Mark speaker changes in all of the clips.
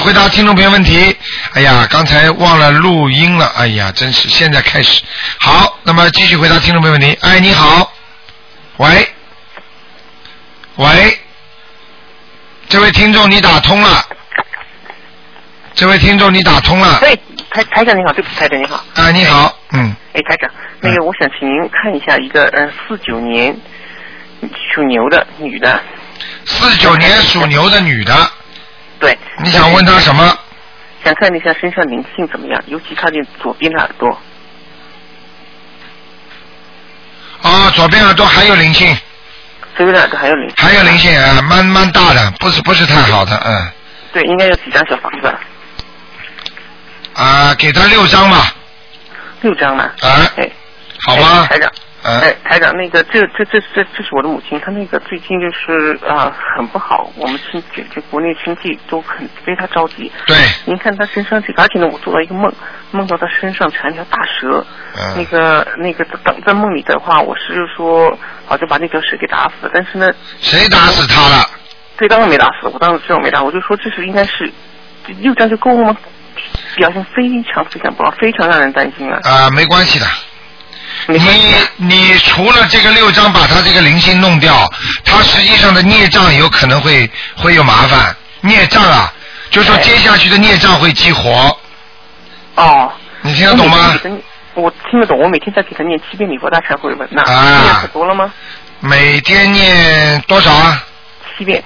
Speaker 1: 回答听众朋友问题。哎呀，刚才忘了录音了，哎呀，真是！现在开始，好，那么继续回答听众朋友问题。哎，你好，喂，喂，这位听众你打通了，这位听众你打通了，
Speaker 2: 哎，台台长你好，对不起，台长你好。
Speaker 1: 啊，你好，嗯，
Speaker 2: 哎，台长，那个我想请您看一下一个呃四九年属牛的女的，
Speaker 1: 四九年属牛的女的，
Speaker 2: 对。
Speaker 1: 你想问她什么？
Speaker 2: 想看一下身上灵性怎么样，尤其靠近左边的耳朵。
Speaker 1: 啊、左边耳朵还有灵性，
Speaker 2: 左边的耳朵还有灵性。
Speaker 1: 还有灵性啊，蛮蛮大的，不是不是太好的，嗯，
Speaker 2: 对，应该有几张小房子？
Speaker 1: 啊，给她六张吧，
Speaker 2: 六张吧。
Speaker 1: 啊，
Speaker 2: 哎，
Speaker 1: 好吗
Speaker 2: 哎？台长。
Speaker 1: 嗯、
Speaker 2: 哎，台长，那个，这这这这这是我的母亲，她那个最近就是啊、很不好，我们亲戚这国内亲戚都很为她着急。
Speaker 1: 对，
Speaker 2: 您看她身上这个，而且呢，我做了一个梦，梦到她身上缠条大蛇，那
Speaker 1: 嗯，
Speaker 2: 个那个等在梦里的话，我是说好像把那条蛇给打死，但是呢，
Speaker 1: 谁打死她了？
Speaker 2: 嗯对当然没打死，我当时知道没打，我就说这是应该是这六张就够了吗？表现非常非常不好，非常让人担心啊！
Speaker 1: 啊，没关系的。
Speaker 2: 没
Speaker 1: 你
Speaker 2: 关系
Speaker 1: 你除了这个六张把他这个灵性弄掉，他实际上的孽障有可能会会有麻烦。孽障啊，就是说
Speaker 2: 哎
Speaker 1: 接下去的孽障会激活，
Speaker 2: 哦，
Speaker 1: 你听得懂吗？
Speaker 2: 我每天给他念我听得懂，我每天在给他念七遍礼佛大忏悔文呢。
Speaker 1: 啊
Speaker 2: 念可多了吗？
Speaker 1: 每天念多少啊？
Speaker 2: 七遍，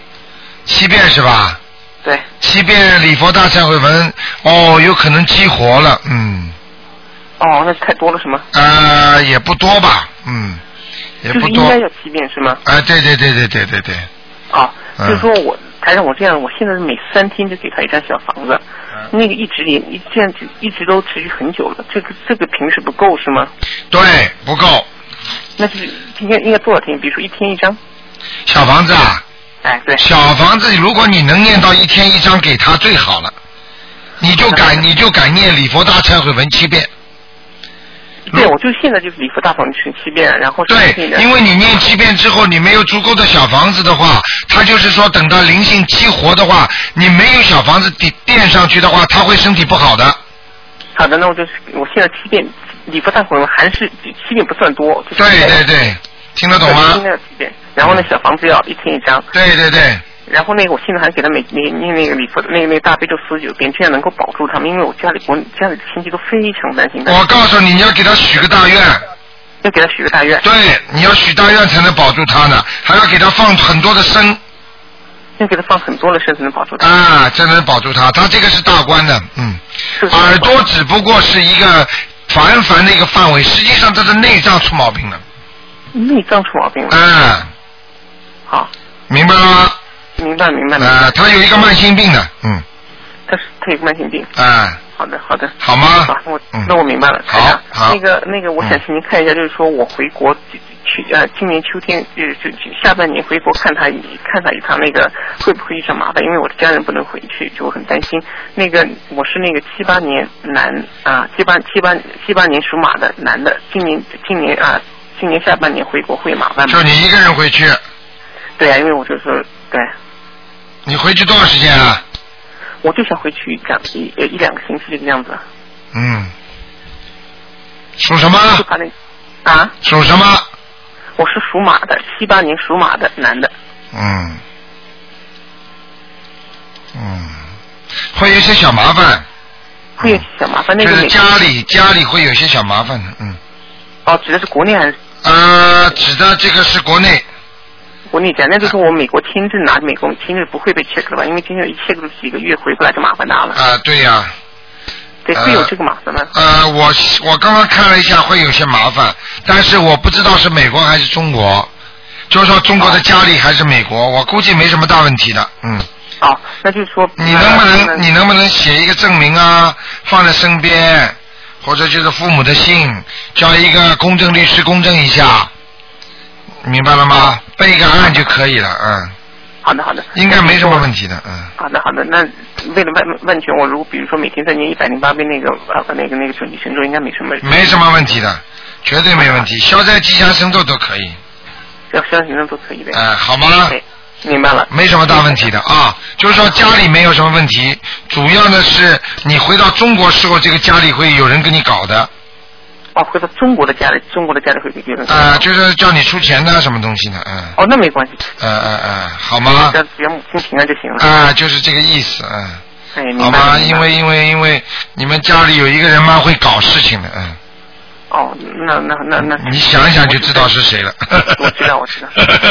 Speaker 1: 七遍是吧？
Speaker 2: 对，
Speaker 1: 七遍礼佛大忏悔文，哦，有可能激活了，嗯，
Speaker 2: 哦，那太多了是吗？
Speaker 1: 呃，也不多吧，嗯，也
Speaker 2: 就是
Speaker 1: 不
Speaker 2: 应
Speaker 1: 多
Speaker 2: 该，要七遍是吗？
Speaker 1: 啊，对对对对对对对，
Speaker 2: 啊，
Speaker 1: 嗯
Speaker 2: 就是说我台上我这样，我现在每三天就给他一张小房子，
Speaker 1: 嗯
Speaker 2: 那个一直也一这样就一直都持续很久了，这个这个平时不够是吗？
Speaker 1: 对，不够，
Speaker 2: 那是今天应该多少天？比如说一天一张？
Speaker 1: 小房子啊，
Speaker 2: 哎，对，
Speaker 1: 小房子，如果你能念到一天一张，给他最好了。你就敢，你就敢念礼佛大忏悔文七遍。
Speaker 2: 对，我就现在就是礼佛大房去七遍，然后
Speaker 1: 对
Speaker 2: 三天，的
Speaker 1: 因为你念七遍之后，你没有足够的小房子的话，他就是说，等到灵性激活的话，你没有小房子垫垫上去的话，他会身体不好的。
Speaker 2: 好的，那我就是我现在七遍礼佛大会，还是七遍不算多，就是
Speaker 1: 对对对，听得懂嗯吗
Speaker 2: 应？该有七遍。然后呢，小房子要一天一张，
Speaker 1: 对对对，
Speaker 2: 然后那个我现在还给他每每念那个礼佛那个那个大悲咒四十九遍，这样能够保住他们，因为我家里国家里亲戚都非常担心他，
Speaker 1: 我告诉你，你要给他许个大愿，
Speaker 2: 要给他许个大愿。
Speaker 1: 对，你要许大愿才能保住他呢，还要给他放很多的生
Speaker 2: 要给他放很多的身才能保住他。
Speaker 1: 啊，才能保住他。他这个是大关的，嗯。
Speaker 2: 是不是
Speaker 1: 耳朵只不过是一个凡凡的一个范围，实际上他的内脏出毛病了。
Speaker 2: 内脏出毛病了。
Speaker 1: 啊，
Speaker 2: 好，
Speaker 1: 明白了吗？
Speaker 2: 明白明白明白
Speaker 1: 啊，。他有一个慢性病的，嗯，
Speaker 2: 他是他有慢性病。
Speaker 1: 啊，
Speaker 2: 好的好的。
Speaker 1: 好吗
Speaker 2: 好，我
Speaker 1: 嗯
Speaker 2: 那我明白了。
Speaker 1: 好
Speaker 2: 台长
Speaker 1: 好
Speaker 2: 那个那个，我想
Speaker 1: 嗯
Speaker 2: 请您看一下，就是说我回国去呃，今年秋天就就就下半年回国看他一看他一趟，那个会不会遇上麻烦？因为我的家人不能回去，就我很担心。那个我是那个七八年男啊，七八七八七八年属马的男的，今年今年啊。今年下半年回国会有麻烦吗
Speaker 1: 就？你一个人回去，
Speaker 2: 对啊呀、因为我就说，对，
Speaker 1: 你回去多少时间啊？
Speaker 2: 我就想回去两一呃一两个星期这个样子，
Speaker 1: 嗯，属什么？
Speaker 2: 就把那啊，
Speaker 1: 属什么？
Speaker 2: 我是属马的，七八年属马的男的，
Speaker 1: 嗯，嗯，会有一些小麻烦，
Speaker 2: 会有小麻烦。那
Speaker 1: 嗯就
Speaker 2: 个
Speaker 1: 是
Speaker 2: 美
Speaker 1: 家里家里会有一些小麻烦的，嗯，
Speaker 2: 哦，指的是国内还是
Speaker 1: 呃，指的这个是国内，
Speaker 2: 国内家？那就是我美国签证拿，美国签证不会被 check 了吧？因为签证一 check 了几个月回不来就麻烦大了。
Speaker 1: 啊、对呀、
Speaker 2: 对，
Speaker 1: 呃
Speaker 2: 会有这个麻烦吗？
Speaker 1: 呃，我我刚刚看了一下，会有些麻烦，但是我不知道是美国还是中国，就是说中国的家里还是美国，我估计没什么大问题的。嗯，
Speaker 2: 哦，那就是说
Speaker 1: 你能不
Speaker 2: 呃
Speaker 1: 能你能不能写一个证明啊，放在身边，或者就是父母的信，叫一个公证律师公证一下，明白了吗？备一个案就可以了，嗯，
Speaker 2: 好的好的，
Speaker 1: 应该没什么问题的，嗯。
Speaker 2: 好的好的，那为了万万全，我如果比如说每天再念一百零八遍那个呃那个那个准提神咒，应该没什么
Speaker 1: 没什么问题的，绝对没问题，消灾吉祥神咒都可以，
Speaker 2: 要相信那都可以的。
Speaker 1: 哎、好吗？
Speaker 2: 对，明白了。
Speaker 1: 没什么大问题的啊，就是说家里没有什么问题，主要呢是你回到中国时候，这个家里会有人跟你搞的，
Speaker 2: 哦，回到中国的家里，中国的家里会给别人。
Speaker 1: 呃，就是叫你出钱的什么东西呢，嗯，
Speaker 2: 哦，那没关系，
Speaker 1: 呃呃呃，好吗
Speaker 2: 只？要只要母亲平安就行了。
Speaker 1: 啊、就是这个意思，嗯。
Speaker 2: 哎，明白
Speaker 1: 好
Speaker 2: 了。
Speaker 1: 吧，
Speaker 2: 明
Speaker 1: 因
Speaker 2: 白了
Speaker 1: 为因为因为你们家里有一个人蛮会搞事情的，嗯，
Speaker 2: 哦，那那那那，
Speaker 1: 你想一想就知道是谁了。
Speaker 2: 我知道，我知道，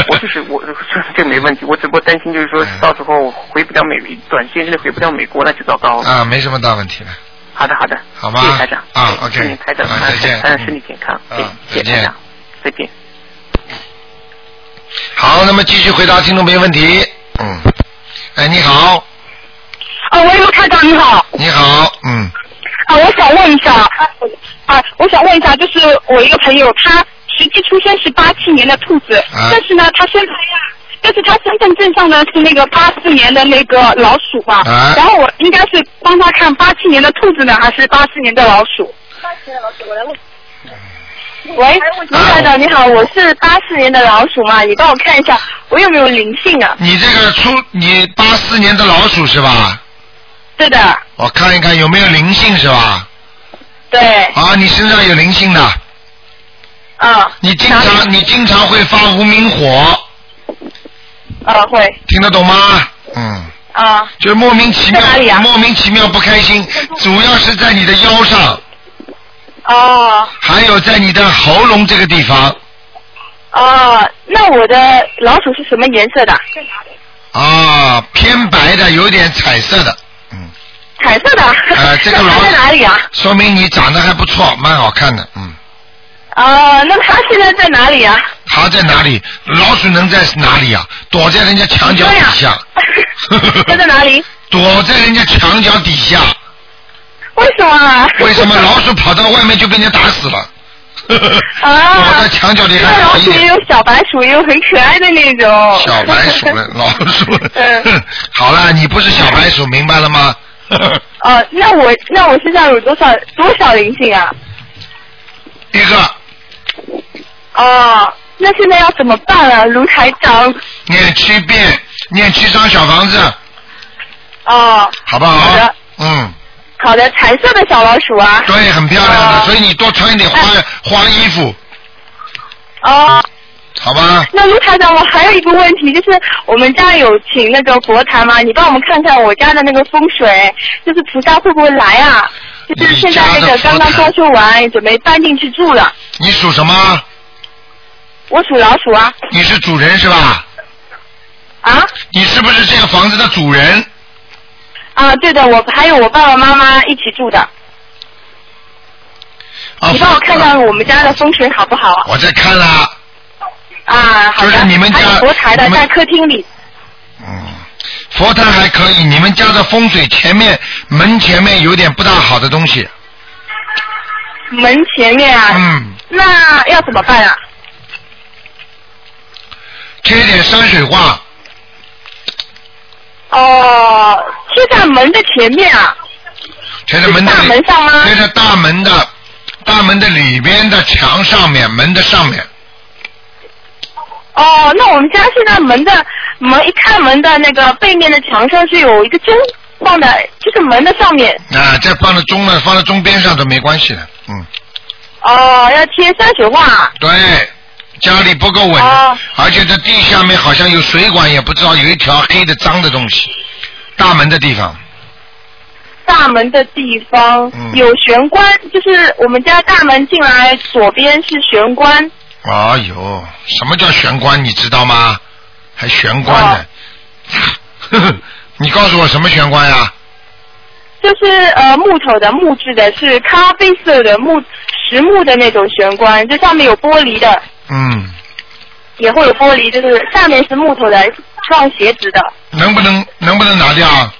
Speaker 2: 我就是我， 这没问题。我只不过担心就是说
Speaker 1: 嗯，
Speaker 2: 到时候我回不了美，短时间之内回不了美国，那就糟糕了。
Speaker 1: 啊，没什么大问题了，
Speaker 2: 好的，好的，
Speaker 1: 好吧
Speaker 2: 谢谢台长。
Speaker 1: 啊
Speaker 2: 谢谢
Speaker 1: OK，
Speaker 2: 谢谢台长，
Speaker 1: 啊再见
Speaker 2: 台长身体健康，
Speaker 1: 嗯
Speaker 2: 对
Speaker 1: 啊
Speaker 2: 谢
Speaker 1: 再
Speaker 2: 谢
Speaker 1: 见
Speaker 2: 台长，再见。
Speaker 1: 好，那么继续回答听众朋友问题。嗯，哎，你好，
Speaker 3: 哦，喂，卢台长你好，
Speaker 1: 你好，嗯，
Speaker 3: 啊，我想问一下，啊，我想问一下，就是我一个朋友，他实际出生是八七年的兔子，
Speaker 1: 啊
Speaker 3: 但是呢，他身份，但是他身份证上呢是那个八四年的那个老鼠嘛，
Speaker 1: 啊
Speaker 3: 然后我应该是帮他看八七年的兔子呢，还是八四年的老鼠？
Speaker 4: 喂，卢台长你好，我是八四年的老鼠嘛，你帮我看一下我有没有灵性啊？
Speaker 1: 你这个出你八四年的老鼠是吧？
Speaker 4: 对的，
Speaker 1: 我看一看有没有灵性是吧？
Speaker 4: 对，
Speaker 1: 啊，你身上有灵性的，
Speaker 4: 啊，
Speaker 1: 你经常你经常会发无名火，
Speaker 4: 啊会，
Speaker 1: 听得懂吗？嗯。
Speaker 4: 啊
Speaker 1: 就是莫名其妙
Speaker 4: 在哪里，啊
Speaker 1: 莫名其妙不开心，主要是在你的腰上，
Speaker 4: 哦
Speaker 1: 还有在你的喉咙这个地方
Speaker 4: 哦，那我的老鼠是什么颜色的？
Speaker 1: 啊，偏白的，有点彩色的，嗯，
Speaker 4: 彩色的。
Speaker 1: 呃这个老
Speaker 4: 它在哪里啊？
Speaker 1: 说明你长得还不错，蛮好看的，嗯。
Speaker 4: 啊，那它现在在哪里啊？
Speaker 1: 它在哪里？老鼠能在哪里啊？躲在人家墙角底下，
Speaker 4: 对呀 它在哪里？
Speaker 1: 躲在人家墙角底下。
Speaker 4: 为什么啊？
Speaker 1: 为什么老鼠跑到外面就被人家打死了？
Speaker 4: 啊
Speaker 1: 躲在墙角里
Speaker 4: 那
Speaker 1: 还
Speaker 4: 老
Speaker 1: 好一
Speaker 4: 鼠也
Speaker 1: 点。
Speaker 4: 有小白鼠，也有很可爱的那种。
Speaker 1: 小白鼠了，老鼠了。
Speaker 4: 嗯
Speaker 1: 好了，你不是小白鼠，明白了吗？
Speaker 4: 哦，那我那我身上有多少多少灵性啊？
Speaker 1: 一个
Speaker 4: 哦，那现在要怎么办啊，卢台长？
Speaker 1: 念七遍，念七张小房子，
Speaker 4: 哦，
Speaker 1: 好不好？
Speaker 4: 好的
Speaker 1: 嗯，
Speaker 4: 好的，彩色的小老鼠啊。
Speaker 1: 对，很漂亮的，
Speaker 4: 哦
Speaker 1: 所以你多穿一点花
Speaker 4: 嗯
Speaker 1: 花衣服，
Speaker 4: 哦，
Speaker 1: 好吧？
Speaker 4: 那卢台长，我还有一个问题，就是我们家有请那个佛坛嘛，你帮我们看看我家的那个风水，就是菩萨会不会来啊？就是现在那个刚刚装修完，准备搬进去住了。
Speaker 1: 你属什么？
Speaker 4: 我属老鼠啊
Speaker 1: 你是主人是吧？
Speaker 4: 啊
Speaker 1: 你是不是这个房子的主人？
Speaker 4: 啊！对的，我还有我爸爸妈妈一起住的，
Speaker 1: 啊，
Speaker 4: 你帮我看
Speaker 1: 啊
Speaker 4: 看我们家的风水好不好啊？
Speaker 1: 我在看啦。
Speaker 4: 啊，好
Speaker 1: 就
Speaker 4: 的。
Speaker 1: 是你们家
Speaker 4: 还有佛台的
Speaker 1: 你们
Speaker 4: 在客厅里。
Speaker 1: 嗯，佛坛还可以，你们家的风水前面门前面有点不大好的东西。
Speaker 4: 门前面啊，
Speaker 1: 嗯，
Speaker 4: 那要怎么办啊？
Speaker 1: 贴点山水画。
Speaker 4: 哦，贴在门的前面啊。
Speaker 1: 贴在门的里
Speaker 4: 是大门上吗
Speaker 1: 贴在大门的大门的里边的墙上面，门的上面。
Speaker 4: 哦，那我们家现在门的门一看门的那个背面的墙上是有一个针放的，就是门的上面。
Speaker 1: 啊，再放到中了，放到中边上都没关系的。嗯，
Speaker 4: 哦，要贴山水画啊。
Speaker 1: 对，家里不够稳，
Speaker 4: 哦
Speaker 1: 而且这地下面好像有水管，也不知道有一条黑的脏的东西，大门的地方。
Speaker 4: 大门的地方、
Speaker 1: 嗯
Speaker 4: 有玄关，就是我们家大门进来左边是玄关，
Speaker 1: 哎呦，什么叫玄关？你知道吗？还玄关呢？
Speaker 4: 哦
Speaker 1: 呵呵，你告诉我什么玄关呀、
Speaker 4: 就是呃木头的木质的，是咖啡色的木实木的那种玄关，这上面有玻璃的，
Speaker 1: 嗯，
Speaker 4: 也会有玻璃，就是下面是木头的，放鞋子的。
Speaker 1: 能不能能不能拿掉啊？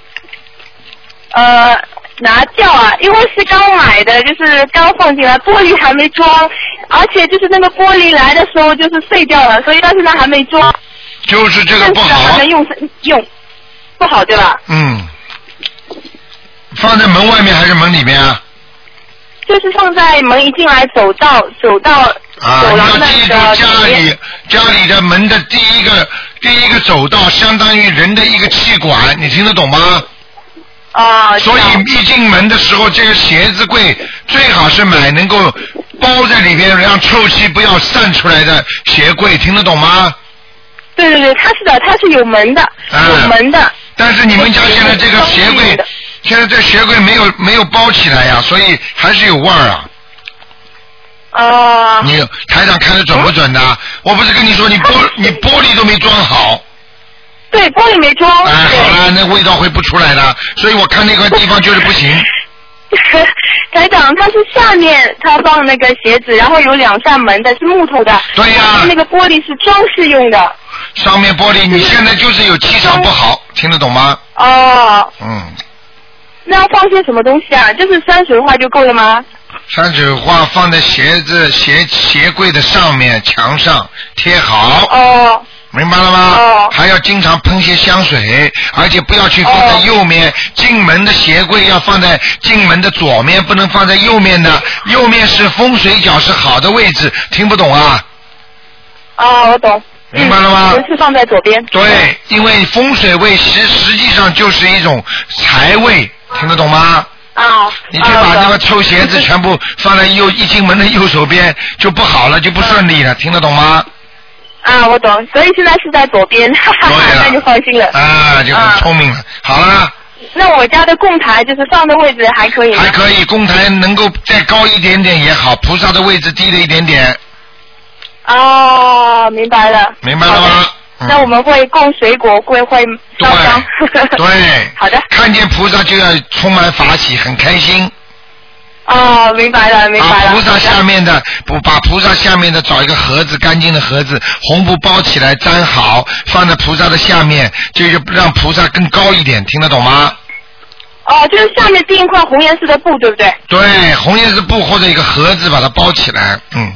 Speaker 4: 呃，拿掉啊，因为是刚买的，就是刚放进来，玻璃还没装，而且就是那个玻璃来的时候就是碎掉了，所以到现在还没装，
Speaker 1: 就是这
Speaker 4: 但
Speaker 1: 个
Speaker 4: 是
Speaker 1: 不
Speaker 4: 还
Speaker 1: 好
Speaker 4: 能。用用，不好对吧？
Speaker 1: 嗯，放在门外面还是门里面啊？
Speaker 4: 就是放在门一进来走道走到
Speaker 1: 啊，
Speaker 4: 走
Speaker 1: 你
Speaker 4: 廊
Speaker 1: 要
Speaker 4: 的
Speaker 1: 记住家
Speaker 4: 那个里面
Speaker 1: 里家里的门的第一个第一个走道相当于人的一个气管，你听得懂吗？
Speaker 4: 啊，
Speaker 1: 所以
Speaker 4: 这样
Speaker 1: 一进门的时候，这个鞋子柜最好是买能够包在里边，让臭气不要散出来的鞋柜，听得懂吗？
Speaker 4: 对对对，它是的，它是有门的，
Speaker 1: 啊
Speaker 4: 有门的。
Speaker 1: 但是你们家现在这个鞋柜，现在这鞋柜没有没有包起来呀，所以还是有味儿啊。
Speaker 4: 哦、
Speaker 1: 你台长看的准不准的？我不是跟你说你玻你玻璃都没装好，
Speaker 4: 对，玻璃没装。
Speaker 1: 哎，好
Speaker 4: 哦对
Speaker 1: 了，那味道会不出来的。所以我看那块地方就是不行。
Speaker 4: 台长，它是下面它放那个鞋子，然后有两扇门的，是木头的。
Speaker 1: 对呀
Speaker 4: 然后那个玻璃是装饰用的。
Speaker 1: 上面玻璃你现在就是有气场不好，听得懂吗？
Speaker 4: 哦，
Speaker 1: 嗯，
Speaker 4: 那要放些什么东西啊？就是山水画就够了吗？
Speaker 1: 山水画放在鞋子鞋鞋柜的上面墙上贴好，
Speaker 4: 哦
Speaker 1: 明白了吗？
Speaker 4: 哦
Speaker 1: 还要经常喷些香水，而且不要去放在
Speaker 4: 哦
Speaker 1: 右面。进门的鞋柜要放在进门的左面，不能放在右面的。右面是风水角，是好的位置。听不懂啊？
Speaker 4: 哦，我懂。
Speaker 1: 明白了吗
Speaker 4: 嗯门是放在左边。
Speaker 1: 对，因为风水位实实际上就是一种财位，听得懂吗？
Speaker 4: 啊。
Speaker 1: 你去把那
Speaker 4: 啊
Speaker 1: 个臭鞋子全部放在右一进门的右手边就不好了，就不顺利了，听得懂吗？
Speaker 4: 啊，我懂，所以现在是在左边，哈哈
Speaker 1: 对
Speaker 4: 哈，
Speaker 1: 了，
Speaker 4: 那就放心了。
Speaker 1: 啊，就很聪明了。好了，
Speaker 4: 那我家的供台就是放的位置还可以吗
Speaker 1: 还？可以，供台能够再高一点点也好，菩萨的位置低了一点点，
Speaker 4: 哦，明白了。
Speaker 1: 明白了吗
Speaker 4: 好的？
Speaker 1: 嗯
Speaker 4: 那我们会供水果，会会烧香。
Speaker 1: 对对，
Speaker 4: 好的。
Speaker 1: 看见菩萨就要充满法喜，很开心。
Speaker 4: 哦，明白了，明
Speaker 1: 把
Speaker 4: 白了。
Speaker 1: 啊菩萨
Speaker 4: 好
Speaker 1: 下
Speaker 4: 的
Speaker 1: 面的不把菩萨下面的找一个盒子，干净的盒子，红布包起来粘好，放在菩萨的下面，就是让菩萨更高一点，听得懂吗？
Speaker 4: 哦，就是下面钉一块红颜色的布，对不对？
Speaker 1: 对，红颜色布或者一个盒子把它包起来，嗯，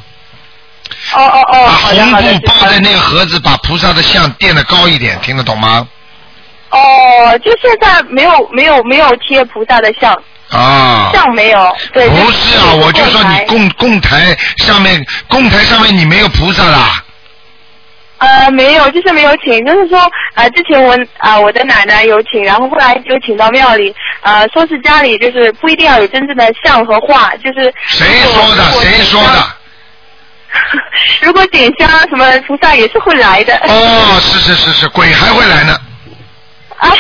Speaker 4: 哦哦哦，
Speaker 1: 把
Speaker 4: 好的
Speaker 1: 啊红
Speaker 4: 好的。
Speaker 1: 布
Speaker 4: 知道
Speaker 1: 包在
Speaker 4: 了
Speaker 1: 那个盒子，把菩萨的像垫的高一点，听得懂吗？
Speaker 4: 哦，就现在没有没有没有贴菩萨的像，
Speaker 1: 啊，
Speaker 4: 像没有。对。
Speaker 1: 不是啊，我就说你
Speaker 4: 供台。
Speaker 1: 供供台上面，供台上面你没有菩萨啦，
Speaker 4: 呃，没有，就是没有请，就是说，呃，之前我啊、我的奶奶有请，然后后来就请到庙里，呃，说是家里就是不一定要有真正的像和画，就是
Speaker 1: 谁说的？谁说？的？
Speaker 4: 如果点香如果点香什么菩萨也是会来的、
Speaker 1: 哦，是是是是，鬼还会来呢。
Speaker 4: 啊，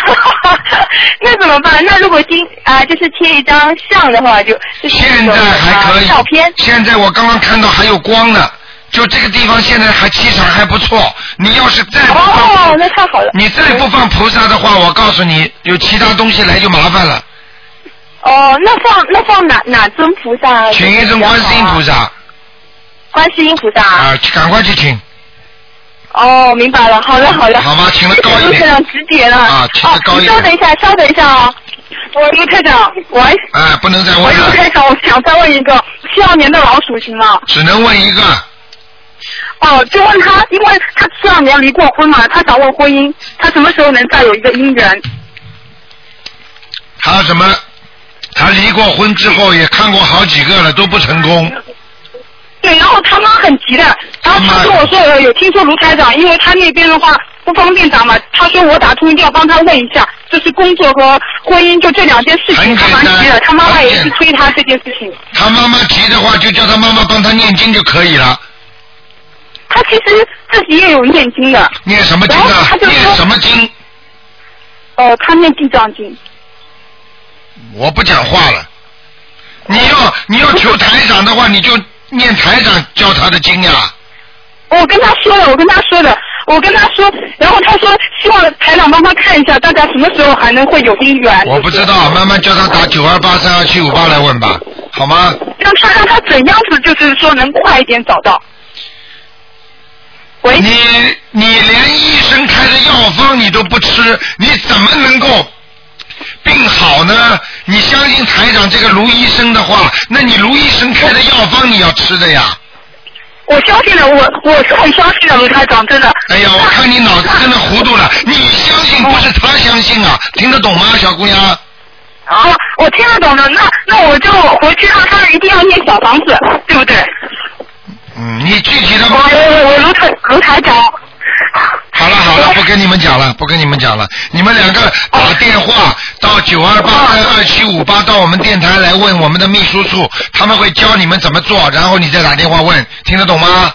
Speaker 4: 那怎么办？那如果今啊、就是贴一张像的话，就就是
Speaker 1: 现
Speaker 4: 那
Speaker 1: 在
Speaker 4: 种
Speaker 1: 还可
Speaker 4: 呃
Speaker 1: 以，
Speaker 4: 照片
Speaker 1: 现在我刚刚看到还有光呢，就这个地方现在还气场还不错。你要是再不放，
Speaker 4: 哦，那太好了。
Speaker 1: 你再不放菩萨的话，我告诉你，有其他东西来就麻烦了。
Speaker 4: 哦，那放那放哪哪尊菩萨？
Speaker 1: 请一尊观世音菩。萨
Speaker 4: 啊观世音菩萨啊
Speaker 1: 啊，赶快去请
Speaker 4: 哦，明白了，好了好了，
Speaker 1: 好吧请得高 一点
Speaker 4: 台长指点了
Speaker 1: 啊请得高一点
Speaker 4: 哦稍等一下，稍等一下啊、我卢台长，喂，
Speaker 1: 啊，不能再
Speaker 4: 喂，
Speaker 1: 问
Speaker 4: 卢
Speaker 1: 了，
Speaker 4: 台长，我想再问一个七二年的老鼠行吗？
Speaker 1: 只能问一个。
Speaker 4: 哦，就问他，因为他七二年离过婚嘛，他想问婚姻，他什么时候能再有一个姻缘？
Speaker 1: 他什么？他离过婚之后也看过好几个了，都不成功。
Speaker 4: 对，然后他妈很急的，然后他跟我说，呃，有听说卢台长，因为他那边的话不方便打嘛，他说我打通一定要帮他问一下，就是工作和婚姻就这两件事情，他蛮急的，他妈妈也是催他这件事情。
Speaker 1: 他妈妈急的话，就叫他妈妈帮他念经就可以了。
Speaker 4: 他其实自己也有念经的，
Speaker 1: 念什么经
Speaker 4: 然后
Speaker 1: 啊
Speaker 4: 他？就说
Speaker 1: 念什么经？
Speaker 4: 呃，他念地藏经。
Speaker 1: 我不讲话了。你要你要求台长的话，你就念台长教他的经呀、
Speaker 4: 我跟他说了，我跟他说的，我跟他说，然后他说希望台长帮他看一下，大家什么时候还能会有姻缘，
Speaker 1: 我不知道，慢慢叫他打九二八三二七五八来问吧，好吗？
Speaker 4: 让他让他怎样子就是说能快一点找到。喂，
Speaker 1: 你你连医生开的药方你都不吃，你怎么能够病好呢？你相信台长这个卢医生的话，那你卢医生开的药方你要吃的呀。
Speaker 4: 我相信了，我我是很相信的，卢台长，真的。
Speaker 1: 哎呀，我看你脑子真的糊涂了，你相信不是他相信啊？听得懂吗，小姑娘？
Speaker 4: 啊，我听得懂的，那那我就回去让他一定要念小房子，对不对？
Speaker 1: 嗯，你具体的
Speaker 4: 我我我卢台卢台长。哦
Speaker 1: 好了好好了，不跟你们讲了，不跟你们讲了。你们两个打电话到九二八三二七五八到我们电台来问我们的秘书处，他们会教你们怎么做，然后你再打电话问，听得懂吗？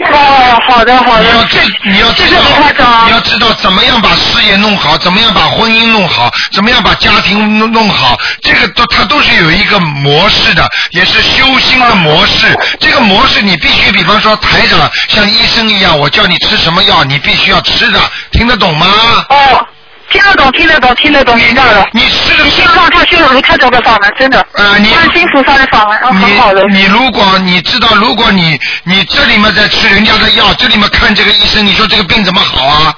Speaker 5: 哦，好的好
Speaker 1: 你要
Speaker 5: 的，
Speaker 1: 知
Speaker 5: 这
Speaker 1: 你要
Speaker 5: 这
Speaker 1: 知
Speaker 5: 是
Speaker 1: 道
Speaker 5: 卢台，
Speaker 1: 你要
Speaker 5: 长。
Speaker 1: 知道怎么样把事业弄好，怎么样把婚姻弄好，怎么样把家庭弄弄好，这个都它都是有一个模式的，也是修心的模式。这个模式你必须，比方说台长像医生一样，我叫你吃什么药，你必须要吃的，听得懂吗？
Speaker 5: 哦，听得懂听得懂听得懂明白了。
Speaker 1: 你吃的
Speaker 5: 你信上他修了卢台长的法门，真的。
Speaker 1: 呃你
Speaker 5: 观世音菩萨的法门，啊，很好的。
Speaker 1: 你你如果你知道，如果你你这里面在吃人家的药，这里面看这个医生，你说这个病怎么好啊？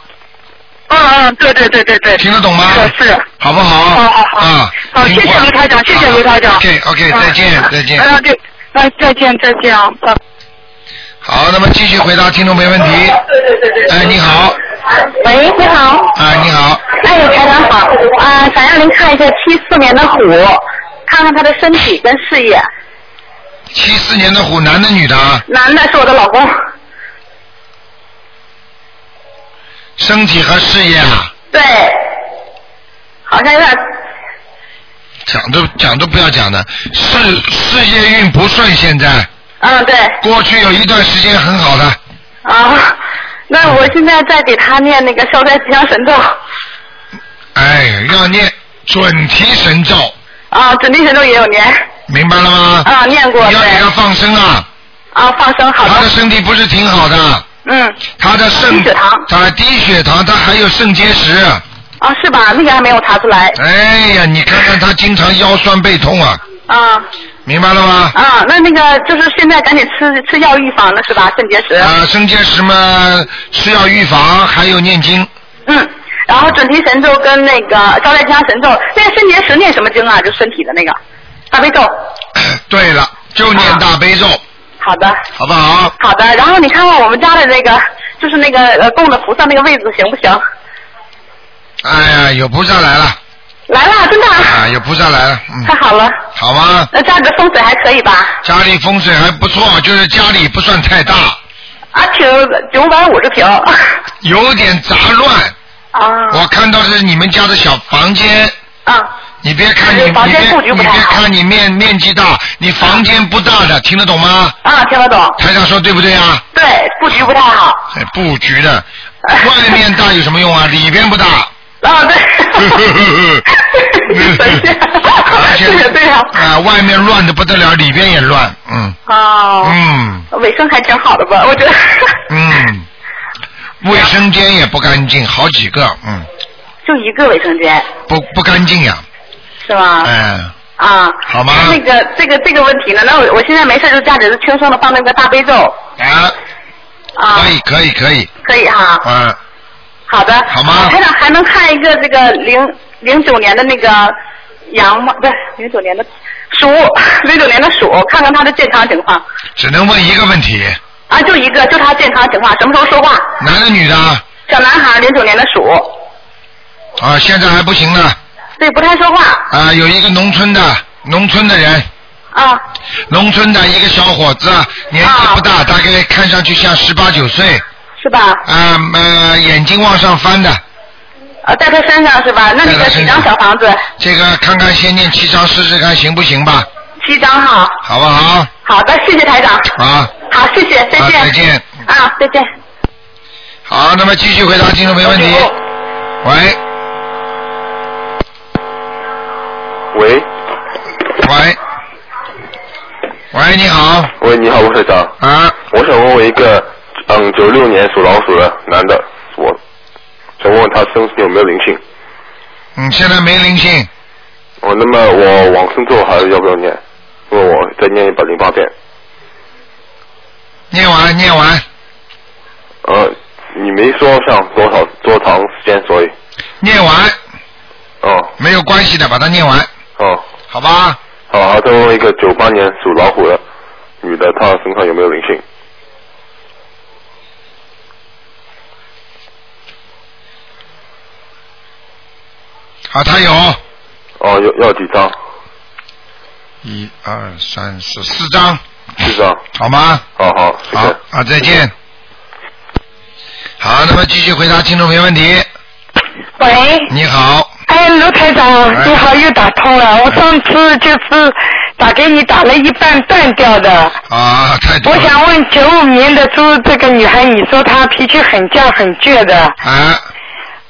Speaker 5: 嗯嗯，对对对对对。
Speaker 1: 听得懂吗？
Speaker 5: 是是。
Speaker 1: 好不好？
Speaker 5: 好好好
Speaker 1: 啊，
Speaker 5: 好，谢谢卢台长，谢谢卢台长。
Speaker 1: OK OK，再见再见。
Speaker 5: 啊，对，那再见再见啊，拜拜。
Speaker 1: 好，那么继续回答听众没问题。哎，你好，
Speaker 4: 喂，你好，
Speaker 1: 哎，你好，
Speaker 4: 哎，台长好，啊、想让您看一下七四年的虎，看看他的身体跟事业。
Speaker 1: 七四年的虎，男的女的啊？
Speaker 4: 男的是我的老公，
Speaker 1: 身体和事业啊，
Speaker 4: 对，好像有点，
Speaker 1: 讲都讲都不要讲的，事事业运不顺，现在
Speaker 4: 嗯，对，
Speaker 1: 过去有一段时间很好的，
Speaker 4: 啊，那我现在在给他念那个消灾吉祥神咒，
Speaker 1: 哎，要念准提神咒，
Speaker 4: 啊，准提神咒也有念，
Speaker 1: 明白了吗？
Speaker 4: 啊，念过，
Speaker 1: 你要给他
Speaker 4: 对，
Speaker 1: 放生啊，
Speaker 4: 啊，放生好
Speaker 1: 他
Speaker 4: 的
Speaker 1: 的，身体不是挺好的，
Speaker 4: 嗯，
Speaker 1: 他的肾
Speaker 4: 低血糖
Speaker 1: 他低血糖，他还有肾结石。
Speaker 4: 啊，是吧？那个还没有查出来，
Speaker 1: 哎呀，你看看他经常腰酸背痛啊，
Speaker 4: 啊，
Speaker 1: 明白了吗？
Speaker 4: 啊，那那个就是现在赶紧吃吃药预防了是吧？肾结石。
Speaker 1: 啊，肾结石嘛，吃药预防，还有念经。
Speaker 4: 嗯，然后准提神咒跟那个招财吉祥神咒，那个肾结石念什么经啊？就身体的那个大悲咒。
Speaker 1: 对了，就念大悲咒，
Speaker 4: 好的，
Speaker 1: 好不好？
Speaker 4: 好的。然后你看看我们家的那个，就是那个呃供的菩萨那个位置行不行？
Speaker 1: 哎呀，有菩萨来了
Speaker 4: 来了，真的，
Speaker 1: 啊，有菩萨来了，
Speaker 4: 太
Speaker 1: 嗯，
Speaker 4: 好了。
Speaker 1: 好吗？
Speaker 4: 那家里的风水还可以吧？
Speaker 1: 家里风水还不错，就是家里不算太大，
Speaker 4: 啊，挺九百五十平。
Speaker 1: 有点杂乱。
Speaker 4: 啊
Speaker 1: 我看到的是你们家的小房间，
Speaker 4: 啊
Speaker 1: 你别看你
Speaker 4: 对房
Speaker 1: 你
Speaker 4: 间
Speaker 1: 别
Speaker 4: 布局
Speaker 1: 你
Speaker 4: 不
Speaker 1: 别
Speaker 4: 太好
Speaker 1: 看你面面积大，你房间不大的，听得懂吗？
Speaker 4: 啊，听得懂。
Speaker 1: 台长说对不对啊？
Speaker 4: 对，布局不太好。
Speaker 1: 哎，布局的，外面大有什么用啊？里边不大。
Speaker 4: 啊，
Speaker 1: 嗯
Speaker 4: 对。神仙。
Speaker 1: 而且
Speaker 4: 对呀，对呀。
Speaker 1: 啊，外面乱的不得了，里边也乱，嗯
Speaker 4: 哦。
Speaker 1: 嗯
Speaker 4: 卫生还挺好的吧？我觉得。
Speaker 1: 嗯，卫生间也不干净，好几个，嗯，
Speaker 4: 就一个卫生间
Speaker 1: 不不干净呀、
Speaker 4: 是吗？
Speaker 1: 哎，
Speaker 4: 啊。
Speaker 1: 好吗
Speaker 4: 那个这个这个问题呢？那我我现在没事就家里就轻松的放那个大悲咒
Speaker 1: 啊，
Speaker 4: 啊。
Speaker 1: 可以可以可以，
Speaker 4: 可以哈、
Speaker 1: 啊，
Speaker 4: 好的。啊
Speaker 1: 好吗
Speaker 4: 台长还能看一个这个零零九年的那个羊吗？不是零九年的鼠， 零九年的鼠，看看它的健康情况
Speaker 1: 只能问一个问题，
Speaker 4: 啊，就一个，就它健康情况，什么时候说话？
Speaker 1: 男的女的啊
Speaker 4: 小男孩，零九年的鼠，
Speaker 1: 啊，现在还不行呢，
Speaker 4: 对，不太说话
Speaker 1: 啊，有一个农村的农村的人，
Speaker 4: 啊
Speaker 1: 农村的一个小伙子，啊年纪不大，大概看上去像十八九岁，
Speaker 4: 是吧？
Speaker 1: 啊、呃，眼睛往上翻的。
Speaker 4: 呃，在他身上是吧？那那
Speaker 1: 在
Speaker 4: 个
Speaker 1: 他身
Speaker 4: 几
Speaker 1: 上
Speaker 4: 张小房子？
Speaker 1: 这个看看先念七章试试看行不行吧，
Speaker 4: 七张哈。
Speaker 1: 好不好？
Speaker 4: 好的，谢谢台长。
Speaker 1: 啊，
Speaker 4: 好，谢谢，再见。
Speaker 1: 啊再见。
Speaker 4: 啊，再见。
Speaker 1: 好，那么继续回答听众没问
Speaker 4: 哎
Speaker 1: 题。喂
Speaker 6: 喂，
Speaker 1: 喂喂，你好
Speaker 6: 喂，你好，吴社长，
Speaker 1: 啊，
Speaker 6: 我想问我一个，嗯，九六年属老鼠的男的，我想问问他身上有没有灵性？
Speaker 1: 你嗯现在没灵性，
Speaker 6: 哦，那么我往生咒还要不要念？因为我再念一百零八遍。
Speaker 1: 念完念完
Speaker 6: 呃，你没说像多少多长时间，所以，
Speaker 1: 念完
Speaker 6: 哦
Speaker 1: 没有关系的，把它念完，
Speaker 6: 哦，
Speaker 1: 好吧？
Speaker 6: 好，还再问一个九八年属老虎的女的，她身上有没有灵性？
Speaker 1: 好，他有
Speaker 6: 哦，要要几张？
Speaker 1: 一二三四四张，
Speaker 6: 四张。
Speaker 1: 好吗？
Speaker 6: 好好，谢
Speaker 1: 好
Speaker 6: 谢。
Speaker 1: 啊，再见。好，那么继续回答听众没问题。
Speaker 4: 喂，
Speaker 1: 你好，
Speaker 4: 哎，卢台长，你好，又打通了。我上次就是打给你打了一半断掉的。
Speaker 1: 啊，太多
Speaker 4: 我
Speaker 1: 了。
Speaker 4: 想问九五年的猪这个女孩，你说她脾气很犟很倔的，
Speaker 1: 啊，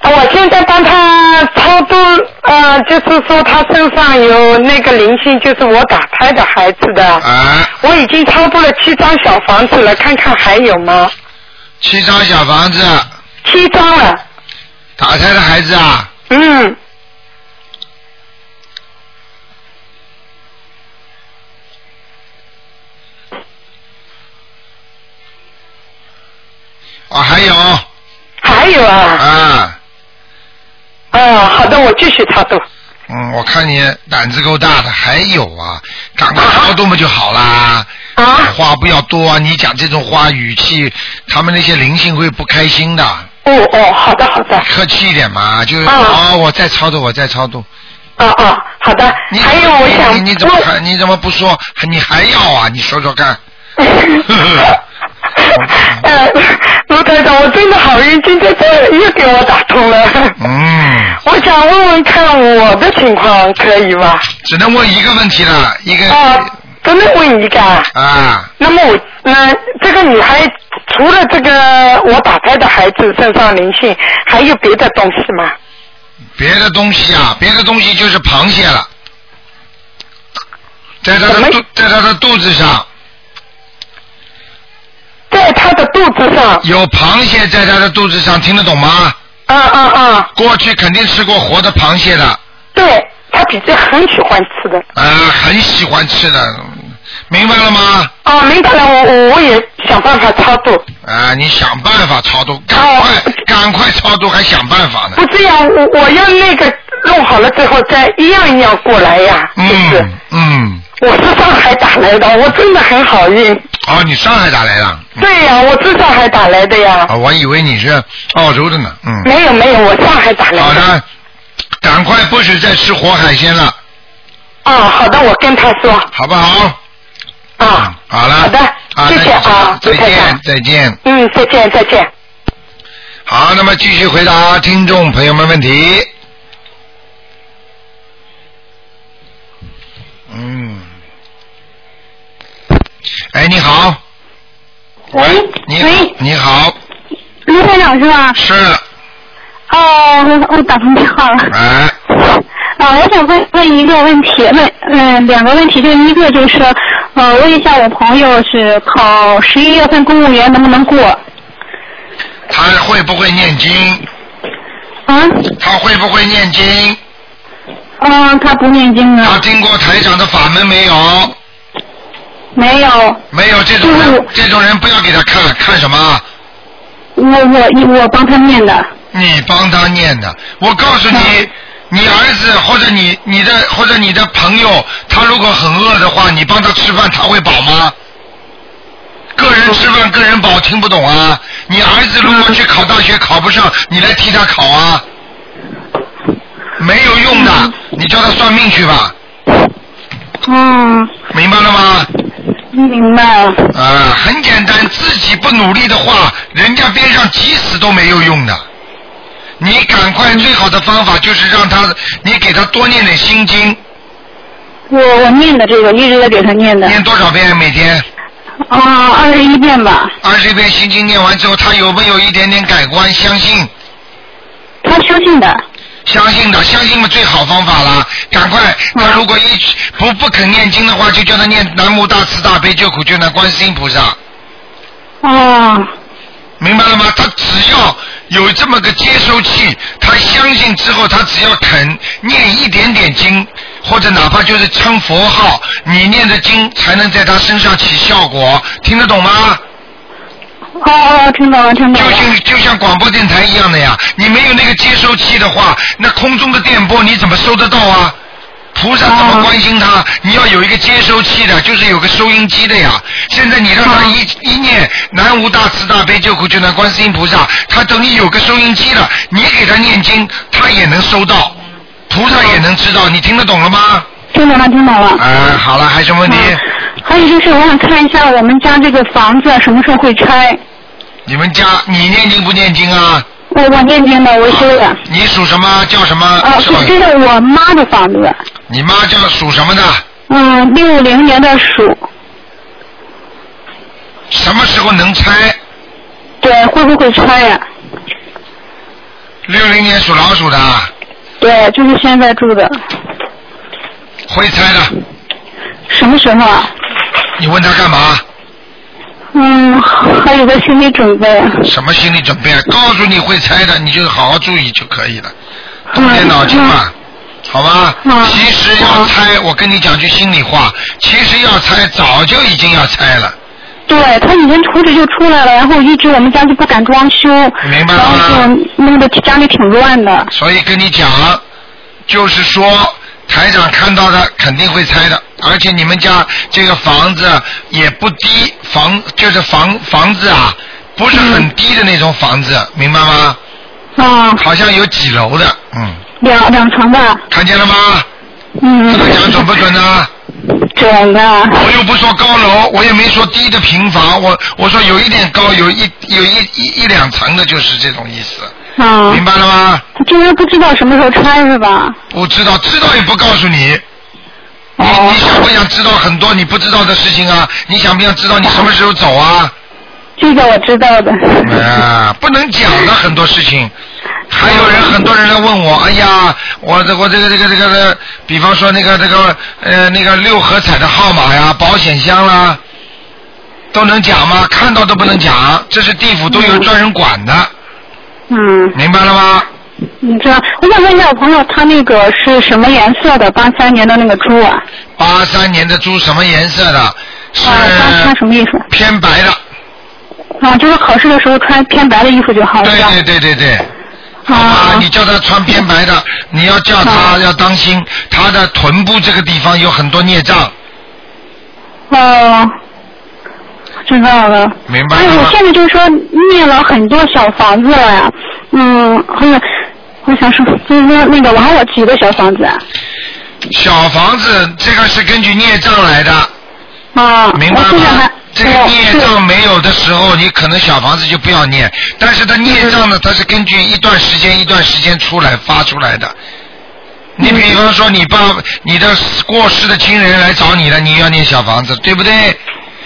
Speaker 4: 我现在帮她超度，呃，就是说她身上有那个灵性，就是我打胎的孩子的。
Speaker 1: 啊，
Speaker 4: 我已经超度了七张小房子了，看看还有吗？
Speaker 1: 七张小房子，
Speaker 4: 七张了，
Speaker 1: 打胎的孩子啊，
Speaker 4: 嗯，
Speaker 1: 哦，还有
Speaker 4: 还有啊，
Speaker 1: 啊，
Speaker 4: 哦，好的，我继续超度。
Speaker 1: 嗯，我看你胆子够大的，还有啊，赶快超度不就好啦？
Speaker 4: 啊，
Speaker 1: 话不要多啊，你讲这种话语气，他们那些灵性会不开心的。
Speaker 4: 哦哦，好的好的，
Speaker 1: 客气一点嘛，就是
Speaker 4: 啊
Speaker 1: 哦，我在超度，我在超度。
Speaker 4: 哦哦，好的。
Speaker 1: 你
Speaker 4: 还有我想
Speaker 1: 你你怎么还 你怎么不说？你还要啊？你说说看。
Speaker 4: 呃，卢台长，我真的好运，今天这又给我打通了。
Speaker 1: 嗯，
Speaker 4: 我想问问看我的情况可以吗？
Speaker 1: 只能问一个问题了，一个
Speaker 4: 啊，真的问一个啊。
Speaker 1: 啊，
Speaker 4: 那么我，那这个女孩除了这个我打胎的孩子身上灵性，还有别的东西吗？
Speaker 1: 别的东西啊，别的东西就是螃蟹了，在他
Speaker 4: 什
Speaker 1: 的
Speaker 4: 么
Speaker 1: 肚，在他的肚子上
Speaker 4: 在她的肚子上，
Speaker 1: 有螃蟹，在他的肚子上，听得懂吗？
Speaker 4: 啊啊啊，
Speaker 1: 过去肯定吃过活的螃蟹的，啊、
Speaker 4: 对，她比较很喜欢吃的。
Speaker 1: 很喜欢吃的，明白了吗？
Speaker 4: 哦，明白了，我我我也想办法超度。
Speaker 1: 啊，你想办法超度，赶
Speaker 4: 哦
Speaker 1: 快赶快超度，还想办法呢
Speaker 4: 不。这样，我我要那个弄好了之后再一样一样过来呀， 就是、
Speaker 1: 嗯嗯，
Speaker 4: 我是上海打来的，我真的很好运。
Speaker 1: 哦，你上海打来了？
Speaker 4: 对呀，我是上海打来的呀。
Speaker 1: 啊，我以为你是澳洲的呢。嗯，
Speaker 4: 没有没有，我上海打
Speaker 1: 好
Speaker 4: 来的。
Speaker 1: 的，赶快不许再吃活海鲜了，
Speaker 4: 啊，好的，我跟他说
Speaker 1: 好不好？嗯
Speaker 4: 啊。
Speaker 1: 好了。
Speaker 4: 哦好的
Speaker 1: 啊，
Speaker 4: 谢
Speaker 1: 那就
Speaker 4: 谢
Speaker 1: 这样
Speaker 4: 啊
Speaker 1: 再
Speaker 4: 卢台
Speaker 1: 见
Speaker 4: 长，
Speaker 1: 再见。
Speaker 4: 嗯，再见再见。
Speaker 1: 好，那么继续回答听众朋友们问题。嗯。哎，你好，
Speaker 7: 喂，
Speaker 1: 你
Speaker 7: 喂，
Speaker 1: 你好，
Speaker 7: 卢台长是吧？
Speaker 1: 是，
Speaker 7: 哦，我我打通电话了。
Speaker 1: 哎，
Speaker 7: 啊，我想问问一个问题，问嗯两个问题，就一个就是呃问一下我朋友是考十一月份公务员能不能过？
Speaker 1: 他会不会念经？
Speaker 7: 啊？
Speaker 1: 他会不会念经？
Speaker 7: 嗯，他不念经
Speaker 1: 他
Speaker 7: 啊？
Speaker 1: 听过台长的法门没有？
Speaker 7: 没有，
Speaker 1: 没有这种
Speaker 7: 嗯
Speaker 1: 人，这种人不要给他看，看什么？
Speaker 7: 我我我帮他念的。
Speaker 1: 你嗯帮他念的。我告诉你，你儿子或者你你的或者你的朋友，他如果很饿的话，你帮他吃饭，他会饱吗？个人吃饭，个人饱，听不懂啊！你儿子如果去考大学考不上，你来替他考啊，没有用的，你叫他算命去吧，
Speaker 7: 嗯，
Speaker 1: 明白了吗？
Speaker 7: 明白了。
Speaker 1: 啊，很简单，自己不努力的话，人家边上急死都没有用的。你赶快，最好的方法就是让他，你给他多念点心经，
Speaker 7: 我我念的这个一直在给他念的。
Speaker 1: 念多少遍每天？
Speaker 7: 啊，二十一遍吧。
Speaker 1: 二十遍心经念完之后，他有没有一点点改观？相信，
Speaker 7: 他相信的。
Speaker 1: 相信的，相信嘛最好方法啦。赶快，他如果一不不肯念经的话，就叫他念南无大慈大悲救苦救难观世音菩萨。
Speaker 7: 哦，
Speaker 1: 明白了吗？他只要有这么个接收器，他相信之后，他只要肯念一点点经，或者哪怕就是称佛号，你念的经才能在他身上起效果，听得懂吗？
Speaker 7: 哦哦，听懂了，听懂
Speaker 1: 就
Speaker 7: 了。
Speaker 1: 像就像广播电台一样的呀，你没有那个接收器的话，那空中的电波你怎么收得到啊？菩萨怎么关心他？你要有一个接收器的，就是有个收音机的呀。现在你让他一一念南无大慈大悲救苦救难观世音菩萨，他等你有个收音机了，你给他念经，他也能收到，菩萨也能知道。你听得懂了吗？
Speaker 7: 听懂了，听懂了。啊
Speaker 1: 哎，好了，还有什么问题？
Speaker 7: 嗯还有就是，我想看一下我们家这个房子什么时候会拆？
Speaker 1: 你们家你念经不念经啊？
Speaker 7: 我我念经的，我修的。
Speaker 1: 你属什么？叫什么？
Speaker 7: 啊，是
Speaker 1: 叫
Speaker 7: 这是我妈的房子，
Speaker 1: 你妈叫属什么的？
Speaker 7: 嗯，六零年的鼠，
Speaker 1: 什么时候能拆？
Speaker 7: 对，会不会拆啊呀、
Speaker 1: 六零年属老鼠的啊，
Speaker 7: 对，就是现在住的，
Speaker 1: 会拆的。
Speaker 7: 什么时候啊？
Speaker 1: 你问他干嘛？
Speaker 7: 嗯，还有个心理准备。
Speaker 1: 什么心理准备啊？告诉你会拆的，你就好好注意就可以了，动
Speaker 7: 嗯
Speaker 1: 点脑筋嘛，好吧？
Speaker 7: 嗯
Speaker 1: 其实要拆，我跟你讲句心里话，其实要拆早就已经要拆了，
Speaker 7: 对他以前图纸就出来了，然后一直我们家就不敢装修，
Speaker 1: 明白
Speaker 7: 然
Speaker 1: 了
Speaker 7: 后
Speaker 1: 吗？
Speaker 7: 就弄得家里挺乱的。
Speaker 1: 所以跟你讲，就是说台长看到的肯定会拆的，而且你们家这个房子也不低，房就是房房子啊，不是很低的那种房子，明白吗？
Speaker 7: 啊、
Speaker 1: 好像有几楼的，嗯，
Speaker 7: 两两层的，
Speaker 1: 看见了吗？
Speaker 7: 嗯
Speaker 1: 这，个讲准不准呢、
Speaker 7: 准的，
Speaker 1: 我又不说高楼，我也没说低的平房，我我说有一点高，有一有一一一两层的，就是这种意思，
Speaker 7: 啊、
Speaker 1: 明白了吗？
Speaker 7: 他就是不知道什么时候拆是吧？
Speaker 1: 不知道，知道也不告诉你。你
Speaker 7: 哦
Speaker 1: 你想不想知道很多你不知道的事情啊？你想不想知道你什么时候走啊？
Speaker 7: 这个我知道的。
Speaker 1: 啊，不能讲的很多事情。还有人，很多人来问我，哎呀，我这我这个这个这个，这个比方说那个这个呃那个六合彩的号码呀，保险箱啦，都能讲吗？看到都不能讲，这是地府都有专人管的，
Speaker 7: 嗯，
Speaker 1: 明白了吗？
Speaker 7: 你知道，我想问一下我朋友，他那个是什么颜色的？八三年的那个猪啊？
Speaker 1: 八三年的猪什么颜色的？是
Speaker 7: 啊，他穿什么衣服？
Speaker 1: 偏白的，
Speaker 7: 啊，就是考试的时候穿偏白的衣服就好了。
Speaker 1: 对
Speaker 7: 是吧
Speaker 1: 对对对对。啊，
Speaker 7: 啊
Speaker 1: 你，叫他穿偏白的，你要叫他
Speaker 7: 啊
Speaker 1: 要当心，他的臀部这个地方有很多孽障，
Speaker 7: 哦，知道了。
Speaker 1: 明白
Speaker 7: 哎，
Speaker 1: 了
Speaker 7: 我
Speaker 1: 吗？
Speaker 7: 现在就是说念了很多小房子了呀，嗯，后面我想说，就是说那个我还有几个小房子啊？
Speaker 1: 小房子这个是根据孽障来的，
Speaker 7: 啊，
Speaker 1: 明白
Speaker 7: 我现在
Speaker 1: 吗
Speaker 7: 还？
Speaker 1: 这个
Speaker 7: 我
Speaker 1: 孽
Speaker 7: 是
Speaker 1: 障没有的时候，你可能小房子就不要念，但是它孽障呢，它是根据一段时间一段时间出来发出来的。你比方说，你爸、你的过世的亲人来找你了，你要念小房子，对不对？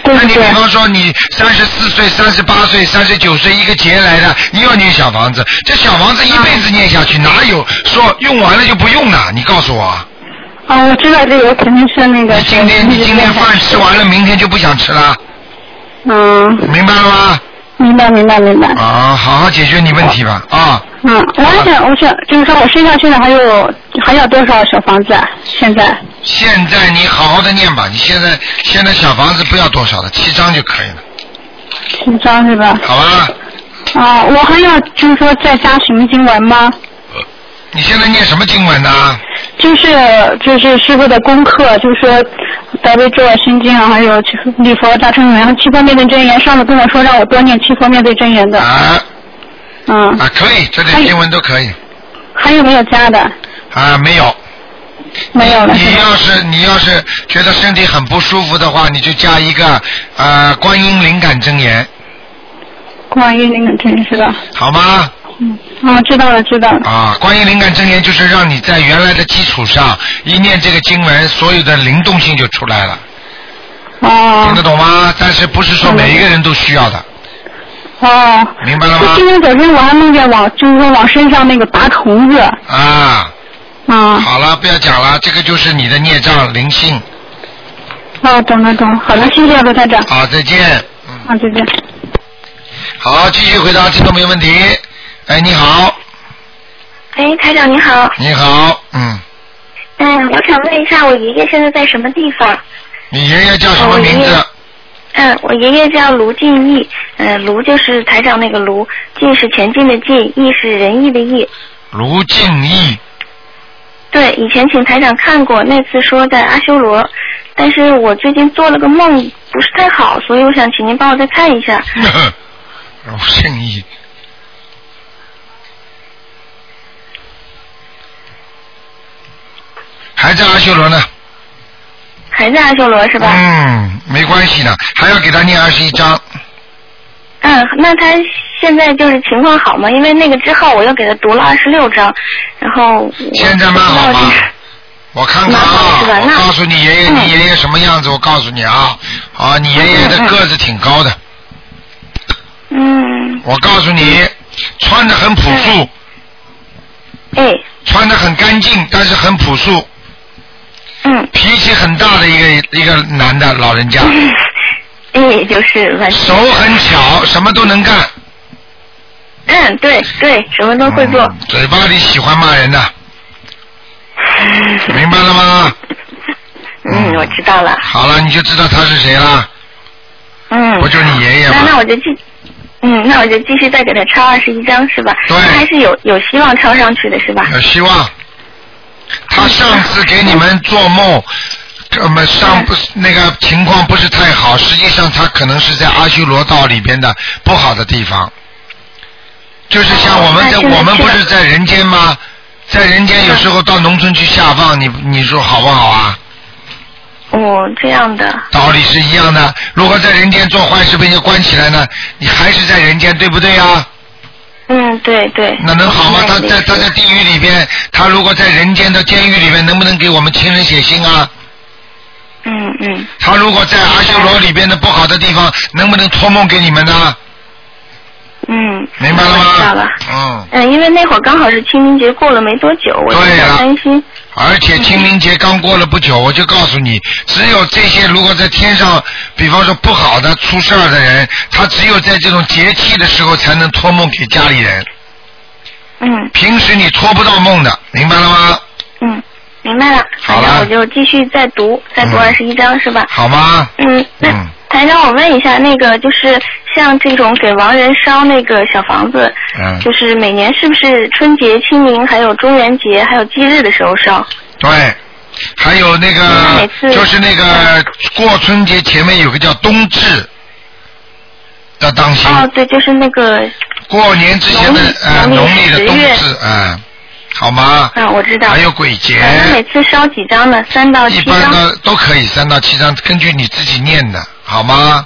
Speaker 7: 对
Speaker 1: 那你
Speaker 7: 对
Speaker 1: 比方说你三十四岁、三十八岁、三十九岁一个劫来的，你又要念小房子，这小房子一辈子念下去，哪有说用完了就不用了？你告诉我啊，
Speaker 7: 啊，我知道这个，我肯定是那个
Speaker 1: 你。今天你今天饭吃完了，明天就不想吃了，
Speaker 7: 嗯，
Speaker 1: 明白了吗？
Speaker 7: 明白明白明白。
Speaker 1: 啊，好好解决你问题吧啊！
Speaker 7: 嗯，我还想，我想就是说我身上现在还有还要多少小房子啊？现在
Speaker 1: 现在你好好的念吧，你现在现在小房子不要多少的，七张就可以了，
Speaker 7: 七张是吧？
Speaker 1: 好吧？
Speaker 7: 啊，我还要就是说再加什么经文吗？
Speaker 1: 你现在念什么经文呢？
Speaker 7: 就是就是师傅的功课，就是说大悲咒、啊、心经啊，还有就是礼佛、大乘然后七佛灭罪真言。上次跟我说让我多念七佛灭罪真言的，
Speaker 1: 啊
Speaker 7: 嗯，
Speaker 1: 啊，可以，这
Speaker 7: 哎
Speaker 1: 点经文都可以
Speaker 7: 还有没有加的？
Speaker 1: 啊，没有。
Speaker 7: 没有了
Speaker 1: 你
Speaker 7: 是吧？
Speaker 1: 要是你要是觉得身体很不舒服的话，你就加一个呃观音灵感真言，
Speaker 7: 关于那个真是吧？
Speaker 1: 好吗？
Speaker 7: 嗯，嗯，知道了知道了。
Speaker 1: 啊，观音灵感真言就是让你在原来的基础上，一念这个经文，所有的灵动性就出来了，听
Speaker 7: 哦
Speaker 1: 得懂吗？但是不是说
Speaker 8: 嗯
Speaker 1: 每一个人都需要的，
Speaker 7: 哦。
Speaker 1: 明白了
Speaker 7: 就
Speaker 1: 吗？
Speaker 8: 嗯
Speaker 7: 今天早晨我还梦见往，就是说往身上那个拔虫子，
Speaker 1: 啊，
Speaker 7: 啊，
Speaker 1: 好了，不要讲了，这个就是你的孽障灵性。
Speaker 7: 哦，懂了懂了，好的，谢谢罗台长，
Speaker 1: 好，再见。嗯，
Speaker 7: 啊，再见。
Speaker 1: 好，继续回答听众朋友问题。哎，你好，
Speaker 8: 喂，哎台长你好，
Speaker 1: 你好，嗯，
Speaker 8: 嗯，我想问一下，我爷爷现在在什么地方？
Speaker 1: 你爷爷叫什么名
Speaker 8: 哦我爷
Speaker 1: 字
Speaker 8: 爷？嗯，我爷爷叫卢进义，嗯、卢就是台长那个卢，进是前进的进，义是仁义的义。
Speaker 1: 卢敬义。
Speaker 8: 对，以前请台长看过，那次说在阿修罗，但是我最近做了个梦，不是太好，所以我想请您帮我再看一下。
Speaker 1: 卢敬义。还在阿修罗呢，
Speaker 8: 还在阿修罗是吧？
Speaker 1: 嗯，没关系的，还要给他念二十一章，
Speaker 8: 嗯，那他现在就是情况好吗？因为那个之后我又给他读了二十六章，然后现在蛮好吗？
Speaker 1: 我看看啊，我告诉你爷爷，
Speaker 8: 嗯
Speaker 1: 你爷爷什么样子？我告诉你啊，啊，你爷爷的个子挺高的，
Speaker 8: 嗯，
Speaker 1: 我告诉你，穿的很朴素，
Speaker 8: 哎，
Speaker 1: 穿的很干净，但是很朴素，
Speaker 8: 嗯，
Speaker 1: 脾气很大的一个一个男的老 人家，
Speaker 8: 哎，就是反正
Speaker 1: 手很巧，什么都能干，
Speaker 8: 嗯，对对，什么都会做，
Speaker 1: 嗯嘴巴里喜欢骂人的，明白了吗？
Speaker 8: 嗯，我知道了，
Speaker 1: 好了，你就知道他是谁了，
Speaker 8: 嗯，
Speaker 1: 不就是你爷爷
Speaker 8: 那
Speaker 1: 吗？
Speaker 8: 那我就继，嗯，那我就继续再给他抄二十一章是吧？对，还是有有希望抄上去的是吧？
Speaker 1: 有希望。他上次给你们做梦，我们上不那个情况不是太好，实际上他可能是在阿修罗道里边的不好的地方，就是像我们在、
Speaker 6: 哦那现在
Speaker 1: 我们不
Speaker 6: 去
Speaker 1: 是
Speaker 6: 了
Speaker 1: 在人间吗？在人间有时候到农村去下放，你你说好不好啊？呃
Speaker 8: 哦，这样的，
Speaker 1: 道理是一样的。如果在人间做坏事被人家关起来呢，你还是在人间，对不对呀、
Speaker 8: 嗯，对对。
Speaker 1: 那能好吗？他在他在地狱里边，他如果在人间的监狱里边，能不能给我们亲人写信啊？
Speaker 8: 嗯嗯。
Speaker 1: 他如果在阿修罗里边的不好的地方，能不能托梦给你们呢？
Speaker 8: 嗯，
Speaker 1: 明白了吗
Speaker 8: 我知道了。
Speaker 1: 嗯，
Speaker 8: 嗯，因为那会儿刚好是清明节过了没多久，我有点担心。
Speaker 1: 而且清明节刚过了不久，我就告诉你，只有这些如果在天上，比方说不好的出事儿的人，他只有在这种节气的时候才能托梦给家里人。
Speaker 8: 嗯。
Speaker 1: 平时你托不到梦的，明白了吗？
Speaker 8: 嗯，明白了。
Speaker 1: 好了
Speaker 8: 那我就继续再读，再读二十一章是吧？
Speaker 1: 好吗？
Speaker 8: 嗯，那
Speaker 1: 嗯
Speaker 8: 台长，我问一下，那个就是像这种给亡人烧那个小房子，
Speaker 1: 嗯，
Speaker 8: 就是每年是不是春节、清明，还有中元节，还有忌日的时候烧？
Speaker 1: 对，还有那个就是那个过春节前面有个叫冬至，要当心。
Speaker 8: 哦，对，就是那个
Speaker 1: 过年之前的呃
Speaker 8: 农历
Speaker 1: 农历的
Speaker 8: 十
Speaker 1: 冬
Speaker 8: 月
Speaker 1: 至，嗯，好吗？
Speaker 8: 嗯，我知道。
Speaker 1: 还有鬼节，
Speaker 8: 嗯那每次烧几张呢？三到
Speaker 1: 一
Speaker 8: 七
Speaker 1: 般
Speaker 8: 张。
Speaker 1: 的都可以三到七张，根据你自己念的，好吗？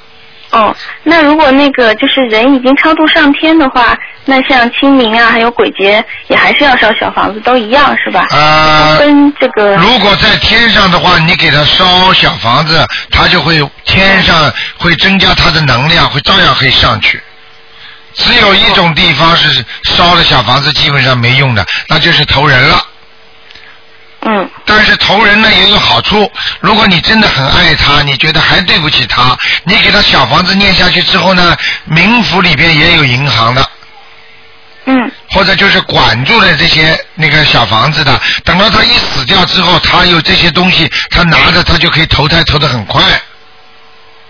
Speaker 8: 哦，那如果那个就是人已经超度上天的话，那像清明啊，还有鬼节，也还是要烧小房子，都一样是吧？
Speaker 1: 呃，
Speaker 8: 分这个。
Speaker 1: 如果在天上的话，你给他烧小房子，他就会天上会增加他的能量，会照样可以上去。只有一种地方是烧了小房子基本上没用的，那就是投人了。
Speaker 8: 嗯。
Speaker 1: 但是投人呢也有好处，如果你真的很爱他，你觉得还对不起他，你给他小房子念下去之后呢，冥府里边也有银行的。
Speaker 8: 嗯。
Speaker 1: 或者就是管住了这些那个小房子的，等到他一死掉之后，他有这些东西，他拿着他就可以投胎投得很快。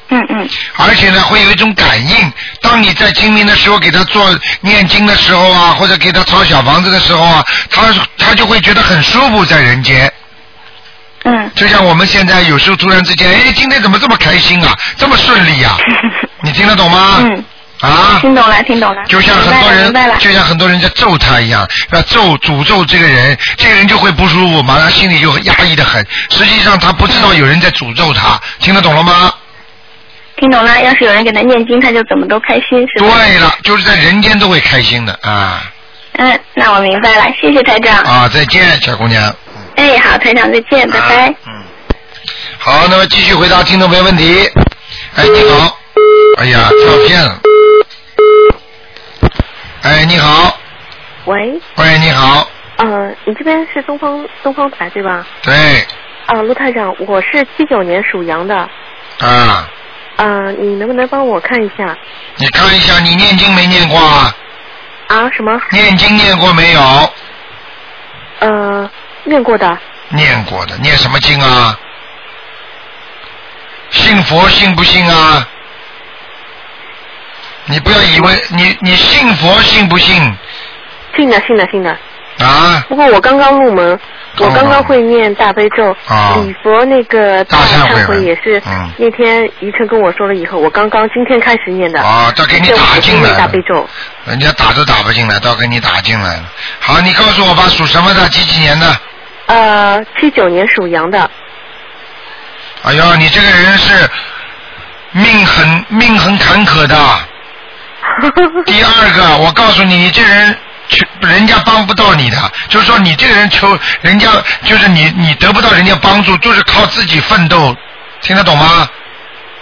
Speaker 8: 嗯嗯。
Speaker 1: 而且呢，会有一种感应。当你在清明的时候给他做念经的时候啊，或者给他抄小房子的时候啊，他他就会觉得很舒服在人间。
Speaker 8: 嗯。
Speaker 1: 就像我们现在有时候突然之间，哎，今天怎么这么开心啊，这么顺利啊？你听得懂吗？
Speaker 8: 嗯。
Speaker 1: 啊。
Speaker 8: 听懂了，听懂了。
Speaker 1: 就像很多
Speaker 8: 明白了
Speaker 1: 人，
Speaker 8: 明白
Speaker 1: 就像很多人在咒他一样，要咒诅咒这个人，这个人就会不舒服，马上心里就压抑的很。实际上他不知道有人在诅咒他，听得懂了吗？
Speaker 8: 听懂了。要是有人给他念经，他就怎么都开心是吧？
Speaker 1: 对了，就是在人间都会开心的啊
Speaker 8: 嗯，那我明白了，谢谢台长。
Speaker 1: 啊！再见，小姑娘。啊嗯
Speaker 8: 哎，好，台长再见，拜拜。
Speaker 1: 好，那么继续回答听众朋友问题。哎，你好。哎呀，照片了。哎，你好。
Speaker 9: 喂，
Speaker 1: 喂，你好。
Speaker 9: 呃，你这边是东方东方台对吧？
Speaker 1: 对，
Speaker 9: 啊、卢台长，我是七九年属羊的，
Speaker 1: 啊，
Speaker 9: 呃，你能不能帮我看一下？
Speaker 1: 你看一下，你念经没念过啊？
Speaker 9: 啊，什么？
Speaker 1: 念经念过没有？
Speaker 9: 呃，念过的，
Speaker 1: 念过的，念什么经啊？信佛信不信啊？你不要以为你你信佛信不信
Speaker 9: 信的，信的，信的。
Speaker 1: 啊？
Speaker 9: 不过我刚刚入门，我
Speaker 1: 刚刚
Speaker 9: 刚刚会念大悲咒，
Speaker 1: 啊
Speaker 9: 礼佛那个大
Speaker 1: 忏悔
Speaker 9: 忏
Speaker 1: 文
Speaker 9: 也是、
Speaker 1: 嗯
Speaker 9: 那天宜晨跟我说了以后，我刚刚今天开始念的。
Speaker 1: 啊他给你
Speaker 9: 而且我
Speaker 1: 打
Speaker 9: 只
Speaker 1: 进
Speaker 9: 念
Speaker 1: 来了
Speaker 9: 大悲咒，
Speaker 1: 人家打都打不进来，倒给你打进来了。好，你告诉我吧，属什么的？几几年的？
Speaker 9: 呃，七九年属羊的，
Speaker 1: 哎呦，你这个人是命很命很坎坷的，第二个，我告诉你，你这人求人家帮不到你的，就是说你这个人求人家，就是你你得不到人家帮助，就是靠自己奋斗，听得懂吗？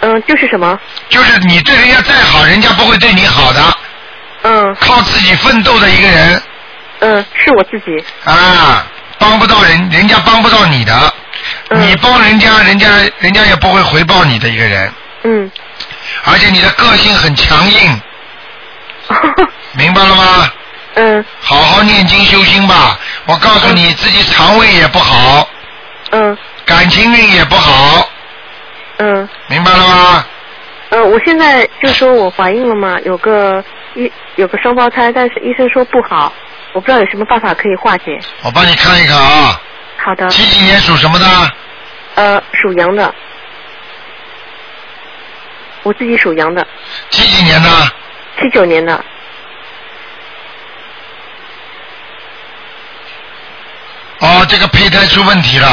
Speaker 9: 嗯，就是什么？
Speaker 1: 就是你对人家再好，人家不会对你好的。
Speaker 9: 嗯。
Speaker 1: 靠自己奋斗的一个人。
Speaker 9: 嗯，是我自己。
Speaker 1: 啊，帮不到人，人家帮不到你的。你帮人家，人家人家也不会回报你的一个人。
Speaker 9: 嗯。
Speaker 1: 而且你的个性很强硬。明白了吗？
Speaker 9: 嗯。
Speaker 1: 好好念经修心吧，我告诉你，自己肠胃也不好。
Speaker 9: 嗯。
Speaker 1: 感情运也不好。
Speaker 9: 嗯。
Speaker 1: 明白了吗？
Speaker 9: 呃，我现在就说我怀孕了嘛，有个一有个双胞胎，但是医生说不好，我不知道有什么办法可以化解。
Speaker 1: 我帮你看一看啊，
Speaker 9: 好的。
Speaker 1: 几几年属什么的？
Speaker 9: 呃，属羊的。我自己属羊的，
Speaker 1: 几几年的？
Speaker 9: 七九年的，
Speaker 1: 哦，这个胚胎出问题了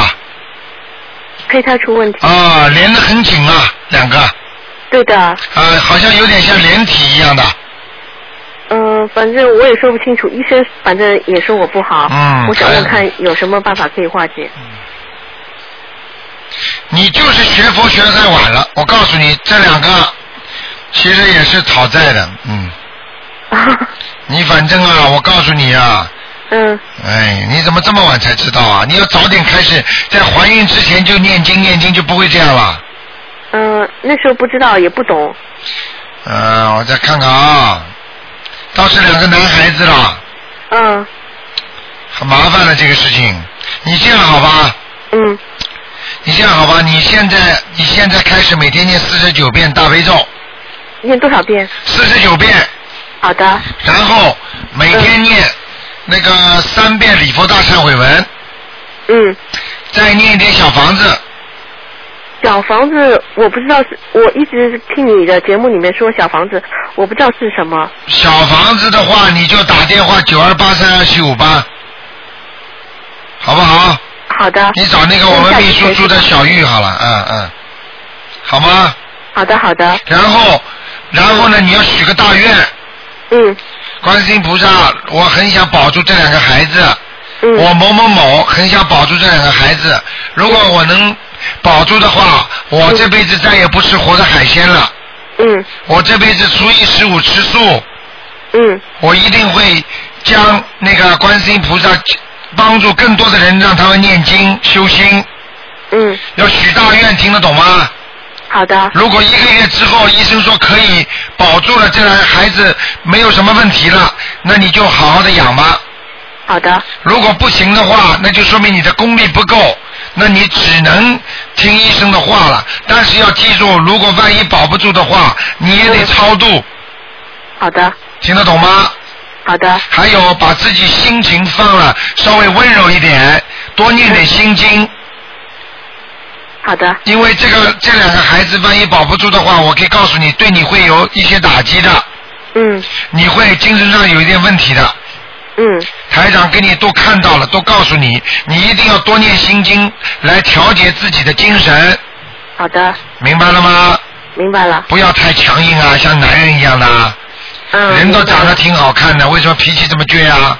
Speaker 9: 胚胎出问题。
Speaker 1: 啊，连得很紧啊，两个
Speaker 9: 对的，
Speaker 1: 啊，好像有点像连体一样的。
Speaker 9: 嗯、反正我也说不清楚，医生反正也说我不好。
Speaker 1: 嗯
Speaker 9: 我想问
Speaker 1: 看
Speaker 9: 看有什么办法可以化解。
Speaker 1: 你就是学佛学得太晚了，我告诉你，这两个其实也是讨债的，嗯。你反正啊，我告诉你啊，
Speaker 9: 嗯，
Speaker 1: 哎，你怎么这么晚才知道啊？你要早点开始，在怀孕之前就念经，念经就不会这样了。
Speaker 9: 嗯、那时候不知道也不懂。
Speaker 1: 呃，我再看看啊，倒是两个男孩子了，
Speaker 9: 嗯、
Speaker 1: 很麻烦了这个事情。你这样好吧？
Speaker 9: 嗯。
Speaker 1: 你这样好吧？你现在你现在开始每天念四十九遍大悲咒，
Speaker 9: 念多少遍？
Speaker 1: 四十九遍，
Speaker 9: 好的，
Speaker 1: 然后每天念那个三遍礼佛大忏悔文，
Speaker 9: 嗯，
Speaker 1: 再念一点小房子。
Speaker 9: 小房子我不知道是，我一直听你的节目里面说小房子，我不知道是什么。
Speaker 1: 小房子的话，你就打电话九二八三二七五八，好不好？
Speaker 9: 好的。
Speaker 1: 你找那个我们秘书处的小玉好了，嗯嗯，好吗？
Speaker 9: 好的，好的。
Speaker 1: 然后，然后呢，你要许个大愿。
Speaker 9: 嗯。
Speaker 1: 观世音菩萨，我很想保住这两个孩子。
Speaker 9: 嗯。
Speaker 1: 我某某某很想保住这两个孩子，如果我能保住的话，我这辈子再也不吃活的海鲜了。
Speaker 9: 嗯。
Speaker 1: 我这辈子初一十五吃素。
Speaker 9: 嗯。
Speaker 1: 我一定会将那个观世音菩萨帮助更多的人，让他们念经修心。
Speaker 9: 嗯。
Speaker 1: 要许大愿，听得懂吗？
Speaker 9: 好的。
Speaker 1: 如果一个月之后医生说可以保住了，这个孩子没有什么问题了，那你就好好的养吧。
Speaker 9: 好的。
Speaker 1: 如果不行的话，那就说明你的功力不够，那你只能听医生的话了。但是要记住，如果万一保不住的话，你也得超度，
Speaker 9: 好的，
Speaker 1: 听得懂吗？
Speaker 9: 好的，
Speaker 1: 还有把自己心情放了，稍微温柔一点，多念点心经。
Speaker 9: 好的。
Speaker 1: 因为这个这两个孩子万一保不住的话，我可以告诉你，对你会有一些打击的。
Speaker 9: 嗯。
Speaker 1: 你会精神上有一点问题的。
Speaker 9: 嗯。
Speaker 1: 台长给你都看到了，都告诉你，你一定要多念心经来调节自己的精神，
Speaker 9: 好的，
Speaker 1: 明白了吗？
Speaker 9: 明白了。
Speaker 1: 不要太强硬啊，像男人一样的啊。
Speaker 9: 嗯。
Speaker 1: 人都长得挺好看的，为什么脾气这么倔啊？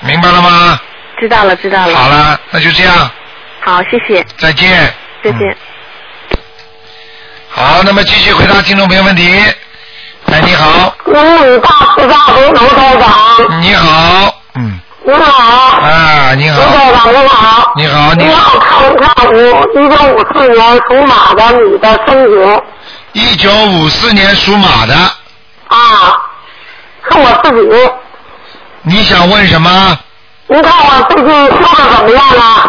Speaker 1: 明白了吗？
Speaker 9: 知道了，知道了。
Speaker 1: 好了，那就这样，
Speaker 9: 好，谢谢，
Speaker 1: 再见。嗯
Speaker 9: 再见。
Speaker 1: 好，那么继续回答听众朋友问题。哎，你好，
Speaker 4: 龙女大慈大悲卢台长，
Speaker 1: 你好，嗯
Speaker 4: 你好，
Speaker 1: 啊，你
Speaker 4: 卢
Speaker 1: 好，
Speaker 4: 台长你好，
Speaker 1: 你好，你
Speaker 4: 你好看一看我一九五四年属马的女的身体
Speaker 1: 一九五四年属马的，
Speaker 4: 啊，看我自己，
Speaker 1: 你想问什么？
Speaker 4: 您看我最近修的怎么样了？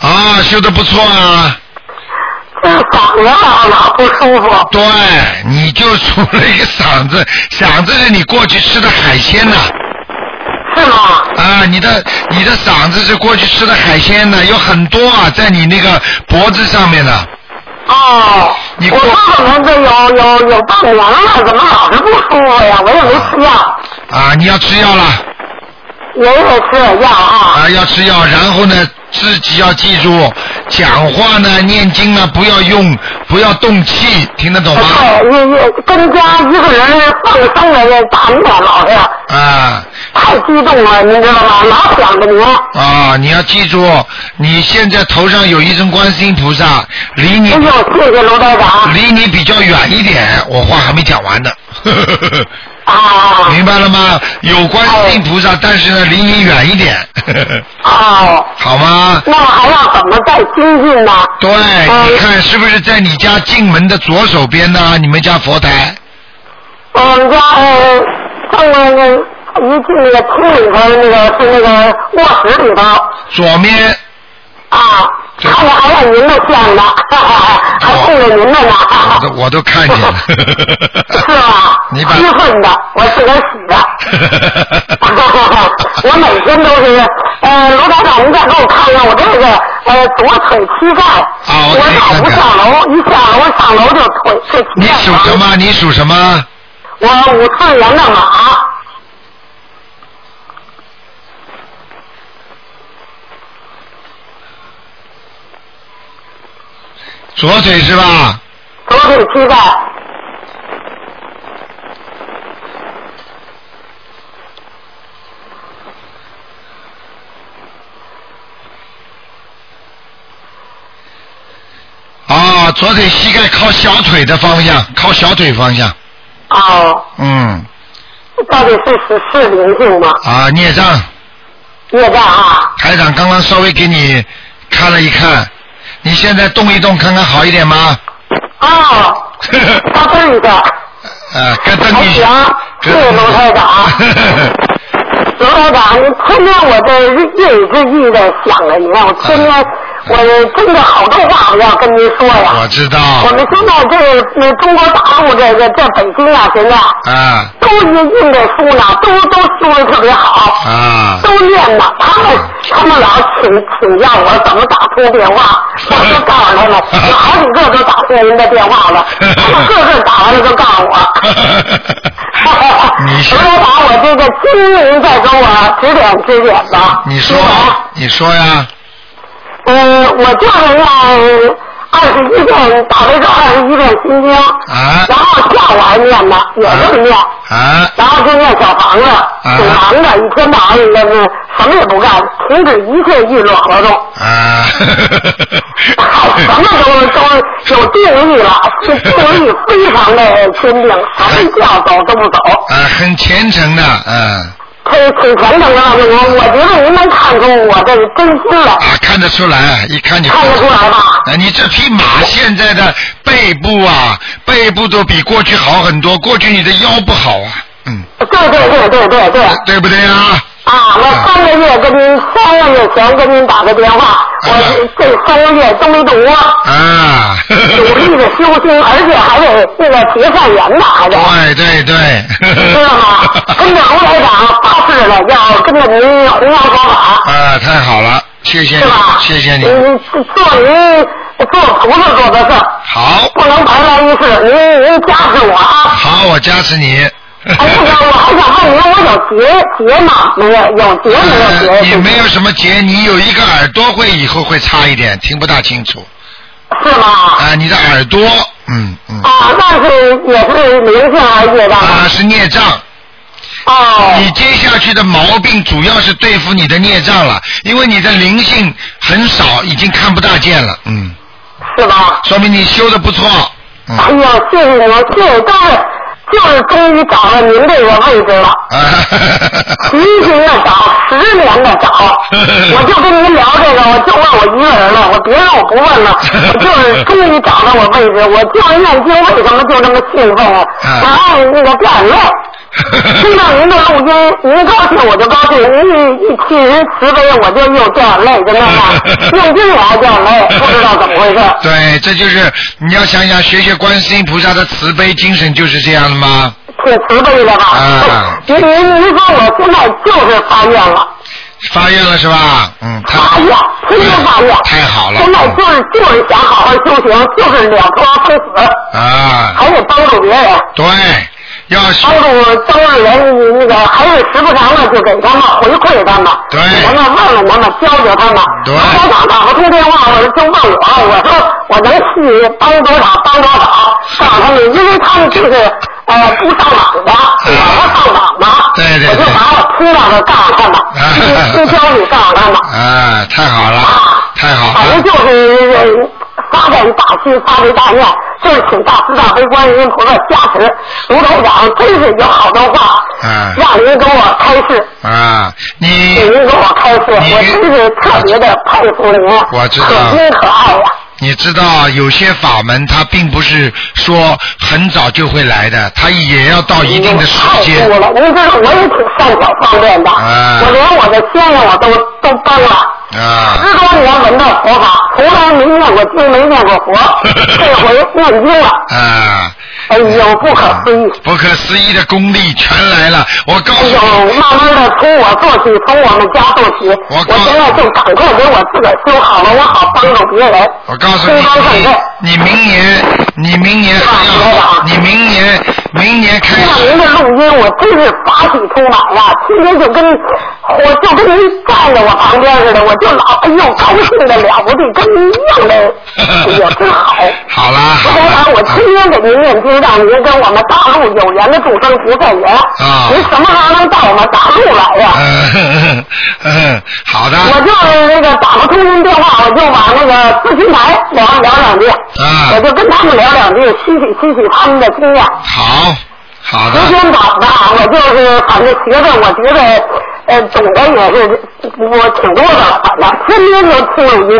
Speaker 1: 啊，修的不错啊。
Speaker 4: 这嗓子好哪不舒服？
Speaker 1: 对，你就除了一个嗓子，嗓子是你过去吃的海鲜呐、
Speaker 4: 是吗？
Speaker 1: 啊，你的你的嗓子是过去吃的海鲜呢，有很多啊，在你那个脖子上面呢。
Speaker 4: 哦，
Speaker 1: 你
Speaker 4: 我
Speaker 1: 过
Speaker 4: 看了这有有有半年了，怎么老是不舒服呀？我也没吃药。
Speaker 1: 啊，你要吃药了。
Speaker 4: 也有吃药啊。
Speaker 1: 啊，要吃药，然后呢，自己要记住，讲话呢，念经呢，不要用，不要动气，听得懂吗？
Speaker 4: 对，也也哎跟家一个人放生了那大热闹呀，
Speaker 1: 啊
Speaker 4: 太激动了，你知道吗？老想着哎您。
Speaker 1: 啊，你要记住，你现在头上有一尊观世音菩萨，离你
Speaker 4: 嗯谢谢罗台长，
Speaker 1: 离你比较远一点，我话还没讲完呢。
Speaker 4: 啊，
Speaker 1: 明白了吗？有观世音菩萨，但是呢，离你远一点，
Speaker 4: 哦，
Speaker 1: 好吗？
Speaker 4: 那还要怎么再精进呢？
Speaker 1: 对，你看是不是在你家进门的左手边呢？你们家佛台
Speaker 4: 我们家呃上面那一进那个厅里头，那个是那个卧室里头
Speaker 1: 左面
Speaker 4: 啊，看着还有您的像呢，还供着您的呢，
Speaker 1: 我都我都看见了，
Speaker 4: 啊是啊吧？
Speaker 1: 你把
Speaker 4: 吃粪的，我自个儿洗的。 我每天都是，呃，罗台长，您再给我看看我这个呃左腿膝盖，
Speaker 1: 啊
Speaker 4: 我老不上楼，一下楼上楼就腿这膝
Speaker 1: 你属什么？你属什么？
Speaker 4: 我五四年的马，
Speaker 1: 左腿是吧？
Speaker 4: 左腿膝盖。
Speaker 1: 啊，左腿膝盖靠小腿的方向，靠小腿方向。
Speaker 4: 哦，
Speaker 1: 嗯，
Speaker 4: 到底是是是灵性吗？
Speaker 1: 啊，孽障，
Speaker 4: 孽障啊，
Speaker 1: 台长刚刚稍微给你看了一看，你现在动一动看看好一点吗？
Speaker 4: 哦，他对的，
Speaker 1: 呃，该蹬
Speaker 4: 还
Speaker 1: 一
Speaker 4: 行
Speaker 1: 下。，
Speaker 4: 谢谢罗台长。啊刘台长，你天天我这夜以之意的想着你，我天天我真的好多话要跟您说呀。
Speaker 1: 我知道。
Speaker 4: 我们现在这呃中国大陆这个这北京啊，现在
Speaker 1: 啊
Speaker 4: 都印印的书呢，都都修的特别好，
Speaker 1: 啊，
Speaker 4: 都念呢。他们他们老请请教我怎么打通电话，我就告诉他们，
Speaker 1: 哎
Speaker 4: 有好几个都打通您的电话 了，他们个个打完了就告诉我。
Speaker 1: 你
Speaker 4: 刘台长， 我这个经您再给我指点指点吧。
Speaker 1: 你说啊，你说呀，
Speaker 4: 嗯，我就是要二十一遍打这个二十一遍心经，
Speaker 1: 啊
Speaker 4: 然后下午还念呢，也这么念，
Speaker 1: 啊
Speaker 4: 然后就念小房子，挺忙的，一天到晚那那什么也不干，停止一切娱乐活动，
Speaker 1: 啊，
Speaker 4: 什么都都有定力了，这定力非常的坚定，什么叫走都不走。
Speaker 1: 啊，很虔诚的，嗯，
Speaker 4: 挺挺虔诚的，啊我我觉得您能看出我这个真心来，
Speaker 1: 啊，看得出来，一看就
Speaker 4: 看得出来吧？
Speaker 1: 啊，你这匹马现在的背部啊，背部都比过去好很多，过去你的腰不好啊，嗯，
Speaker 4: 对对对对对对。
Speaker 1: 对不对啊？
Speaker 4: 啊，我三个月跟您三个月前跟您打个电话，我这这三个月都没动窝，
Speaker 1: 啊，
Speaker 4: 努力的修心，而且还得那个结善缘呢，还得
Speaker 1: 对对对，
Speaker 4: 知道吗？ 跟着卢台长发誓了，要跟着您弘扬佛法，
Speaker 1: 啊，太好了，谢谢你
Speaker 4: 是吧，嗯
Speaker 1: 谢谢你，
Speaker 4: 您做您做菩萨做的事儿，
Speaker 1: 好，
Speaker 4: 不能白来一世，您您加持我啊！
Speaker 1: 好，我加持你。
Speaker 4: 哎呀，我还想问您，我有结结吗？没有，有 结没有
Speaker 1: 呃，
Speaker 4: 结？
Speaker 1: 你没有什么结，你有一个耳朵会以后会差一点，听不大清楚。
Speaker 4: 是吗？
Speaker 1: 啊，你的耳朵，嗯嗯，
Speaker 4: 啊，那是也是灵性啊，业障
Speaker 1: 啊是孽障。
Speaker 4: 哦，
Speaker 1: 你接下去的毛病主要是对付你的孽障了，因为你的灵性很少，已经看不大见了，嗯，
Speaker 4: 是吧？
Speaker 1: 说明你修的不错，嗯，
Speaker 4: 哎呀，谢谢您，谢谢，但是就是终于找到您这个位置了，
Speaker 1: 啊，
Speaker 4: 勤勤的找，十年的找，我就跟您聊这个，我就问我一个人了，我别人我不问了，我就是终于找到我位置，我就是念经，为什么就这么兴奋啊？
Speaker 1: 嗯
Speaker 4: 我爱那个掉眼泪。 听到您的录音，您高兴我就高兴，您一一替人慈悲我就又掉眼泪，就那 样，念经也爱掉眼泪，不知道怎么回事。
Speaker 1: 对，这就是你要想想学学观世音菩萨的慈悲精神就是这样的吗？
Speaker 4: 挺慈悲的吧？
Speaker 1: 啊
Speaker 4: 您您您说我现在就是发愿了，
Speaker 1: 发愿了是吧？嗯，太
Speaker 4: 发愿，天天发愿，
Speaker 1: 太好了，
Speaker 4: 现在就是就是想好好修行，就是了脱生死，
Speaker 1: 啊，
Speaker 4: 还得帮助别人。
Speaker 1: 对，要
Speaker 4: 帮助中央人那个还是时不常的就给他们回馈他们，
Speaker 1: 对，
Speaker 4: 咱们问问他们，教教他们。
Speaker 1: 对
Speaker 4: 台长打不通电话，我就问我，我说我能去帮多少帮多少，告诉他们，因为他们就是呃不上网的，我不上网的，
Speaker 1: 啊对对
Speaker 4: 我就
Speaker 1: 对，
Speaker 4: 把我知道的告诉 他们，就教你告诉他们，
Speaker 1: 啊，太好了，太好啊
Speaker 4: 反
Speaker 1: 了，
Speaker 4: 正就是呃发展大心，发展大愿，就是请大慈大悲观世音菩萨加持。卢台长真是有好多话，
Speaker 1: 啊
Speaker 4: 让您给我开示，
Speaker 1: 啊，你
Speaker 4: 给您给我开示，我真是特别的佩服您，
Speaker 1: 我知
Speaker 4: 可
Speaker 1: 道。
Speaker 4: 亲可爱呀、
Speaker 1: 你知道有些法门，它并不是说很早就会来的，它也要到一定的时
Speaker 4: 太
Speaker 1: 间嗯
Speaker 4: 酷了！您知道我也挺善巧方便的，我连我的先生我都都帮了。
Speaker 1: 啊。
Speaker 4: 十多年闻到佛法，从来没念过经，没念过 佛，这回念经了。
Speaker 1: 啊。
Speaker 4: 哎呦，不可思议！
Speaker 1: 不可思议的功力全来了，我告诉
Speaker 4: 哎呦，
Speaker 1: 你，
Speaker 4: 慢慢的从我做起，从我们家做起。我现在就赶快给我自个儿修好了，我好帮助别人。
Speaker 1: 我告诉你，
Speaker 4: 哎
Speaker 1: 你你明年，你明年还要，你明年，明年开
Speaker 4: 听了
Speaker 1: 始
Speaker 4: 您的录音，我真是法喜充满呀！今天就跟我就跟您站在我旁边似的，我就老哎呦高兴的了不得，跟您一样的，哎呀真 好。哎
Speaker 1: 好啦，
Speaker 4: 我台长，我今天给您念经，让您跟我们大陆有缘的众生菩萨缘。
Speaker 1: 啊
Speaker 4: 您什么时候能到我们大陆来呀、
Speaker 1: 嗯嗯， 好的，
Speaker 4: 我就是那个打个通讯电话，我就把那个咨询台聊聊两句，
Speaker 1: 啊
Speaker 4: 我就跟他们聊两句，吸取吸取他们的经验。
Speaker 1: 啊好，好的
Speaker 4: 时，间短吧，我就是反正学着，我觉得呃懂得也是我挺多的了，反正天天就听录音，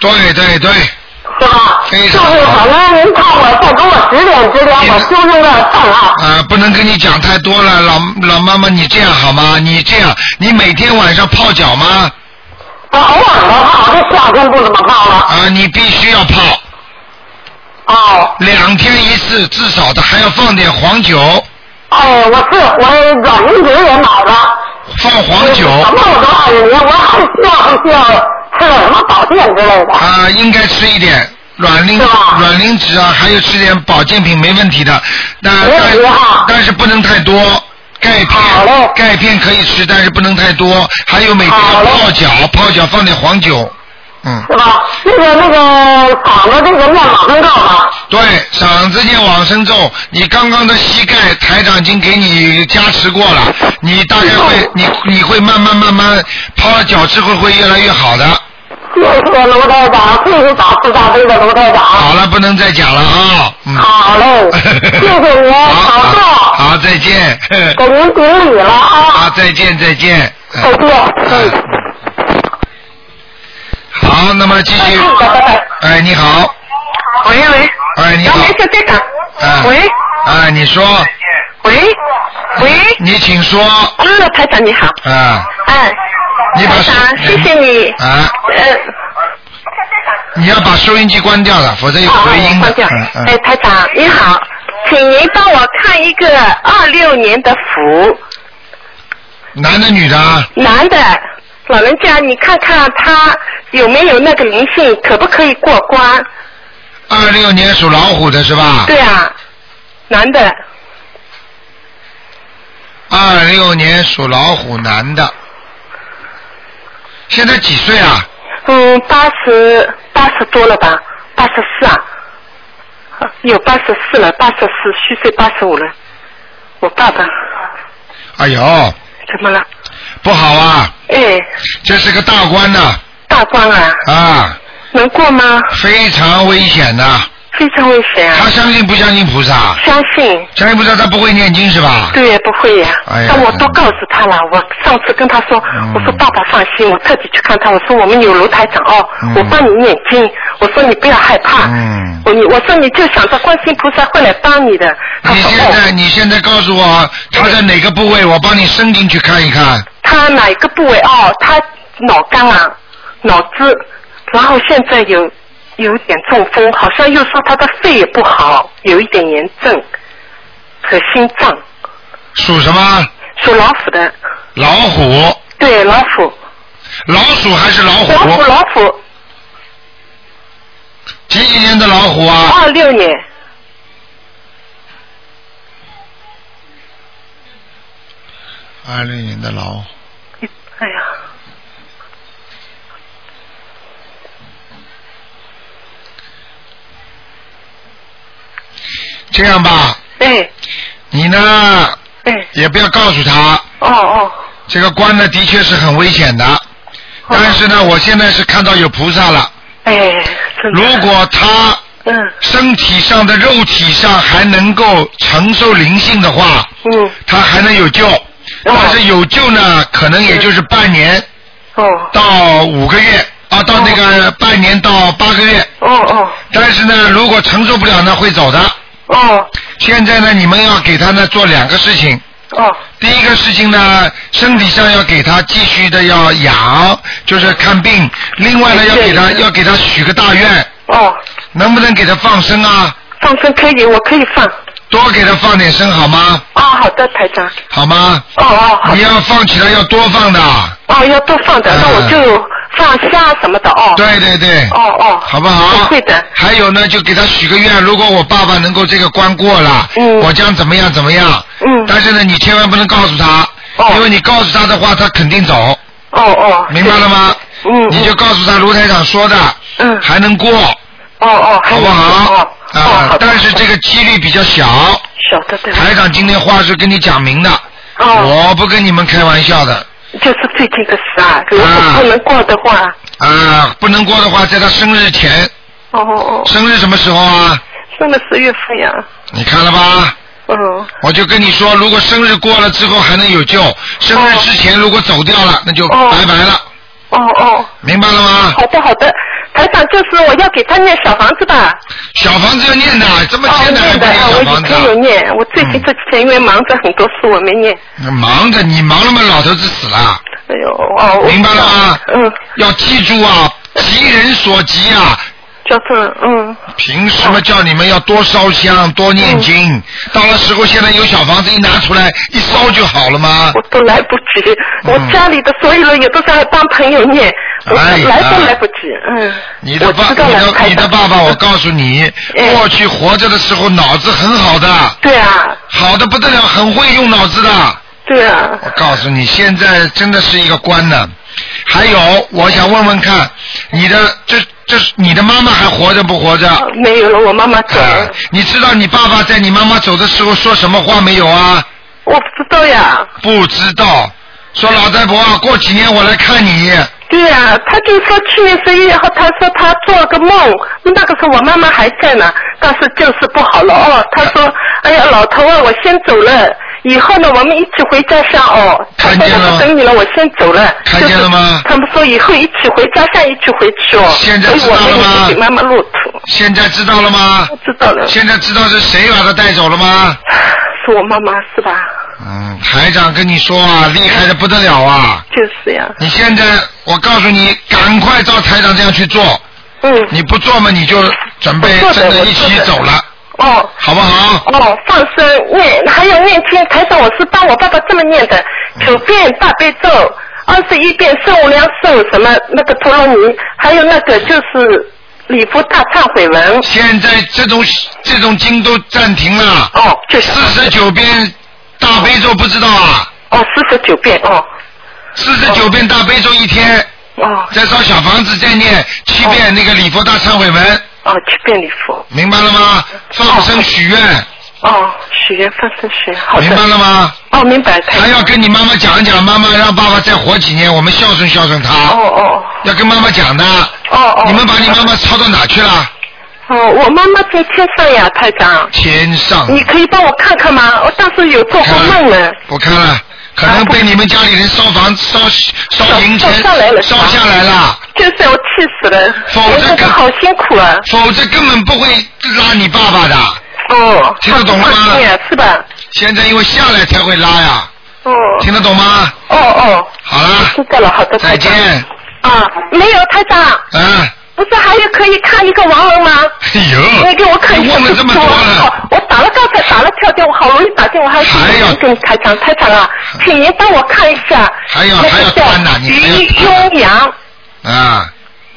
Speaker 1: 对对对，
Speaker 4: 是吧？
Speaker 1: 非
Speaker 4: 就
Speaker 1: 常
Speaker 4: 是
Speaker 1: 好
Speaker 4: 反。正您看我再给我指点指点，我修正的障碍。
Speaker 1: 啊，不能跟你讲太多了，老老妈妈，你这样好吗？你这样，你每天晚上泡脚吗？
Speaker 4: 我啊偶尔的泡，这夏天不怎么泡了。
Speaker 1: 啊，你必须要泡。
Speaker 4: 哦。
Speaker 1: 两天一次，至少的，还要放点黄酒。
Speaker 4: 哎，我是我软硬碟也买了。
Speaker 1: 放黄酒。
Speaker 4: 什么我都二十年，我还需要不需要吃点什么保健之类的？
Speaker 1: 啊，应该吃一点软磷软磷脂啊，还有吃点保健品没问题的。那但但是不能太多，钙片钙片可以吃，但是不能太多。还有每天要泡脚，泡脚放点黄酒。嗯，
Speaker 4: 是吧？那个那个嗓子这个念往生咒吧，
Speaker 1: 对，嗓子念往生咒，你刚刚的膝盖台长已经给你加持过了，你大概会你你会慢慢慢慢泡了脚之后会越来越好的。
Speaker 4: 谢谢卢台长，谢谢大慈大悲的卢台长。
Speaker 1: 好了，不能再讲了啊。嗯。
Speaker 4: 好嘞，哦谢谢 您，保重，
Speaker 1: 好，再见。
Speaker 4: 给您顶礼了啊。
Speaker 1: 好，再见，再见。嗯
Speaker 4: 再见。嗯
Speaker 1: 好，那么继续。哎，你好。
Speaker 10: 喂喂。
Speaker 1: 哎，你好。
Speaker 10: 没事，再打。
Speaker 1: 哎。
Speaker 10: 喂。
Speaker 1: 哎，你说。
Speaker 10: 喂。喂。
Speaker 1: 你请说。
Speaker 10: 嗯，台长你好。
Speaker 1: 啊。
Speaker 10: 嗯。
Speaker 1: 你把嗯
Speaker 10: 台长，谢谢你。
Speaker 1: 啊。
Speaker 10: 呃，
Speaker 1: 你要把收音机关掉了，否则
Speaker 10: 哦
Speaker 1: 有回音的。嗯嗯。
Speaker 10: 哎，台长你好，请您帮我看一个二六年的福
Speaker 1: 男的女的啊？
Speaker 10: 男的老人家，你看看他有没有那个灵性，可不可以过关？
Speaker 1: 二六年属老虎的是吧？
Speaker 10: 对啊，男的，
Speaker 1: 二六年属老虎男的。现在几岁啊？
Speaker 10: 嗯，八十八十多了吧，八十四啊，有八十四了，八十四虚岁八十五了。我爸爸
Speaker 1: 哎呦，
Speaker 10: 怎么了？
Speaker 1: 不好啊！
Speaker 10: 哎，
Speaker 1: 这是个大官呐、
Speaker 10: 大官啊，
Speaker 1: 啊，
Speaker 10: 能过吗？
Speaker 1: 非常危险的、
Speaker 10: 非常危险啊！
Speaker 1: 他相信不相信菩萨？
Speaker 10: 相信。
Speaker 1: 相信菩萨，他不会念经是吧？
Speaker 10: 对，不会呀、
Speaker 1: 哎呀嗯
Speaker 10: 但我都告诉他了，我上次跟他说，我说爸爸放心，我特地去看他，我说我们有卢台长哦，
Speaker 1: 嗯
Speaker 10: 我帮你念经，我说你不要害怕，我你我说你就想着观世音菩萨会来帮你的，哦
Speaker 1: 你现在你现在告诉我他在哪个部位，我帮你伸进去看一看。
Speaker 10: 他哪个部位哦？他脑干啊，脑子，然后现在有有点中风，好像又说他的肺也不好，有一点炎症和心脏，
Speaker 1: 属什么？
Speaker 10: 属老虎的，
Speaker 1: 老虎。
Speaker 10: 对老虎，
Speaker 1: 老鼠还是老虎？
Speaker 10: 老虎老虎。
Speaker 1: 啊几几年的老虎啊？
Speaker 10: 二六年。
Speaker 1: 二六年的老虎。
Speaker 4: 哎呀，
Speaker 1: 这样吧，
Speaker 4: 哎，
Speaker 1: 你呢？
Speaker 10: 嗯
Speaker 1: 也不要告诉他。
Speaker 4: 哦哦。
Speaker 1: 这个关呢，的确是很危险的，但是呢，我现在是看到有菩萨了。
Speaker 4: 哎，嗯
Speaker 1: 如果他身体上的肉体上还能够承受灵性的话，
Speaker 4: 嗯，
Speaker 1: 他还能有救。
Speaker 10: 哦
Speaker 1: 但是有救呢，可能也就是半年，
Speaker 4: 哦，
Speaker 1: 到五个月啊，到那
Speaker 10: 哦
Speaker 1: 个半年到八个月。
Speaker 4: 哦哦。
Speaker 1: 但是呢，如果承受不了呢，会走的。
Speaker 4: 哦。
Speaker 1: 现在呢，你们要给他呢做两个事情。
Speaker 4: 哦。
Speaker 1: 第一个事情呢，身体上要给他继续的要养，就是看病；另外呢，要给
Speaker 4: 哎
Speaker 1: 他要给他许个大愿。
Speaker 4: 哦。
Speaker 1: 能不能给他放生啊？
Speaker 4: 放生可以，我可以放。
Speaker 1: 多给他放点生好吗？
Speaker 4: 哦，好的，台长。
Speaker 1: 好吗？
Speaker 4: 哦哦。好的
Speaker 1: 你要放起来要多放的，
Speaker 4: 哦，要多放
Speaker 1: 嗯
Speaker 4: 的，那我就放虾什么的哦。
Speaker 1: 对对对
Speaker 4: 哦哦。
Speaker 1: 好不好？
Speaker 4: 会的。
Speaker 1: 还有呢，就给他许个愿，如果我爸爸能够这个关过了，嗯，我将怎么样怎么样。
Speaker 4: 嗯。
Speaker 1: 但是呢，你千万不能告诉他，因为你告诉他的话，他肯定走。
Speaker 4: 哦哦。
Speaker 1: 明白了吗？
Speaker 4: 嗯。
Speaker 1: 你就告诉他卢台长说的。
Speaker 4: 嗯。
Speaker 1: 还能过。
Speaker 4: 哦哦。
Speaker 1: 好不好？啊，但是这个几率比较小。
Speaker 4: 小的对。
Speaker 1: 台长今天话是跟你讲明的，
Speaker 9: 哦
Speaker 4: 哦
Speaker 1: 我不跟你们开玩笑的。
Speaker 4: 就是最近的事啊，
Speaker 1: 嗯
Speaker 4: 如果不能过的话，
Speaker 1: 啊，不能过的话，在他生日前。
Speaker 4: 哦哦哦，
Speaker 1: 生日什么时候啊？
Speaker 4: 生了十月份呀，
Speaker 1: 你看了吧？
Speaker 4: 嗯，
Speaker 1: 我就跟你说，如果生日过了之后还能有救，生日之前如果走掉了，那就拜拜了。
Speaker 4: 哦哦，
Speaker 1: 明白了吗？
Speaker 4: 好的好的，台长就是我要给他念小房子吧，
Speaker 1: 小房子要念的，这么艰
Speaker 4: 哦
Speaker 1: 难还
Speaker 4: 念
Speaker 1: 不
Speaker 4: 的
Speaker 1: 念
Speaker 4: 啊，
Speaker 1: 小
Speaker 4: 我
Speaker 1: 房
Speaker 4: 以
Speaker 1: 子
Speaker 4: 前
Speaker 1: 啊？
Speaker 4: 有念，我最近这几天因为忙着很多事我没念，
Speaker 1: 忙着，你忙了嘛，老头子死了。
Speaker 4: 哎呦，哦，
Speaker 1: 明白了吗？
Speaker 4: 嗯。
Speaker 1: 要记住 啊，急人所急啊。
Speaker 4: 就是嗯。
Speaker 1: 凭什么叫你们要多烧香、多念经？
Speaker 4: 嗯
Speaker 1: 到了时候，现在有小房子一拿出来一烧就好了吗？
Speaker 4: 我都来不及，
Speaker 1: 嗯
Speaker 4: 我家里的所有人也都在帮朋友念，我
Speaker 1: 哎呀
Speaker 4: 来都来不及，嗯，
Speaker 1: 你的爸，
Speaker 4: 我
Speaker 1: 你
Speaker 4: 知道了嗯
Speaker 1: 的你的爸爸，我告诉你，过去活着的时候脑子很好的，
Speaker 4: 对啊，
Speaker 1: 好的不得了，很会用脑子的。
Speaker 4: 对啊，
Speaker 1: 我告诉你，现在真的是一个官呢。还有，我想问问看，你的这这是你的妈妈还活着不活着？
Speaker 4: 哦没有了，我妈妈走
Speaker 1: 了、你知道你爸爸在你妈妈走的时候说什么话没有啊？
Speaker 4: 我不知道呀。
Speaker 1: 不知道，说老太婆啊，过几年我来看你。
Speaker 4: 对啊，他就说去年十一月后，他说他做了个梦，那个时候我妈妈还在呢，但是就是不好了哦。他说，哎呀，老头啊，我先走了，以后呢，我们一起回家乡哦。他说我不等你了，啊我先走了。看见了吗？他们说以后一起回家乡，一起回去哦。现在知道了吗？给妈妈路途。
Speaker 1: 现在知道了吗？
Speaker 4: 知道了。
Speaker 1: 现在知道是谁把他带走了吗？
Speaker 4: 是我妈妈是吧？
Speaker 1: 嗯，台长跟你说啊，厉害的不得了啊！
Speaker 4: 就是呀。
Speaker 1: 你现在，我告诉你，赶快照台长这样去做。
Speaker 4: 嗯。
Speaker 1: 你不做嘛，你就准备
Speaker 4: 我做
Speaker 1: 真
Speaker 4: 的
Speaker 1: 的
Speaker 4: 我
Speaker 1: 一
Speaker 4: 做
Speaker 1: 起
Speaker 4: 的
Speaker 1: 走了。
Speaker 4: 哦，
Speaker 1: 好不好？
Speaker 4: 哦，放生念，还有念经，台上我是帮我爸爸这么念的：九遍大悲咒，二十一遍圣无量寿什么那个陀罗尼，还有那个就是礼佛大忏悔文。
Speaker 1: 现在这种这种经都暂停了。
Speaker 4: 哦，就
Speaker 1: 四十九遍大悲咒，不知道啊？
Speaker 4: 哦，四十九遍哦。
Speaker 1: 四十九遍大悲咒一天。
Speaker 4: 哦。
Speaker 1: 再烧小房子，再念七遍那个礼佛大忏悔文。
Speaker 4: 哦，七遍礼佛。
Speaker 1: 明白了吗？放生许愿。
Speaker 4: 哦，许愿放生许愿，好的。
Speaker 1: 明白了吗？
Speaker 4: 哦，明白。还
Speaker 1: 要跟你妈妈讲一讲，妈妈让爸爸再活几年，我们孝顺孝顺他。哦
Speaker 4: 哦。
Speaker 1: 要跟妈妈讲的。
Speaker 4: 哦哦。
Speaker 1: 你们把你妈妈抄到哪去了？
Speaker 4: 哦，我妈妈在天上呀，台长。
Speaker 1: 天上。
Speaker 4: 你可以帮我看看吗？我当时有做过梦呢。
Speaker 1: 不看了，可能被你们家里人烧房烧烧银钱
Speaker 4: 烧来了是
Speaker 1: 烧
Speaker 4: 吧
Speaker 1: 下来了。
Speaker 4: 就是我气死了，
Speaker 1: 否则根
Speaker 4: 好辛苦啊！
Speaker 1: 否则根本不会拉你爸爸的。
Speaker 4: 哦。
Speaker 1: 听得懂了吗？
Speaker 4: 啊是吧？
Speaker 1: 现在因为下来才会拉呀。
Speaker 4: 哦。
Speaker 1: 听得懂吗？
Speaker 4: 哦哦。
Speaker 1: 好了。
Speaker 4: 知道了，好的。
Speaker 1: 再见。
Speaker 4: 啊，没有台长。
Speaker 1: 嗯。
Speaker 4: 不是还有可以看一个亡人吗？
Speaker 1: 哎呦
Speaker 4: 你给我看一下。问了这么多了。我打了刚才打了跳电，我好容易打电话，还是跟台长台长啊，请您帮我看一下。
Speaker 1: 还有
Speaker 4: 那
Speaker 1: 还有
Speaker 4: 个叫
Speaker 1: 关呐你还有
Speaker 4: 于雍阳，
Speaker 1: 啊，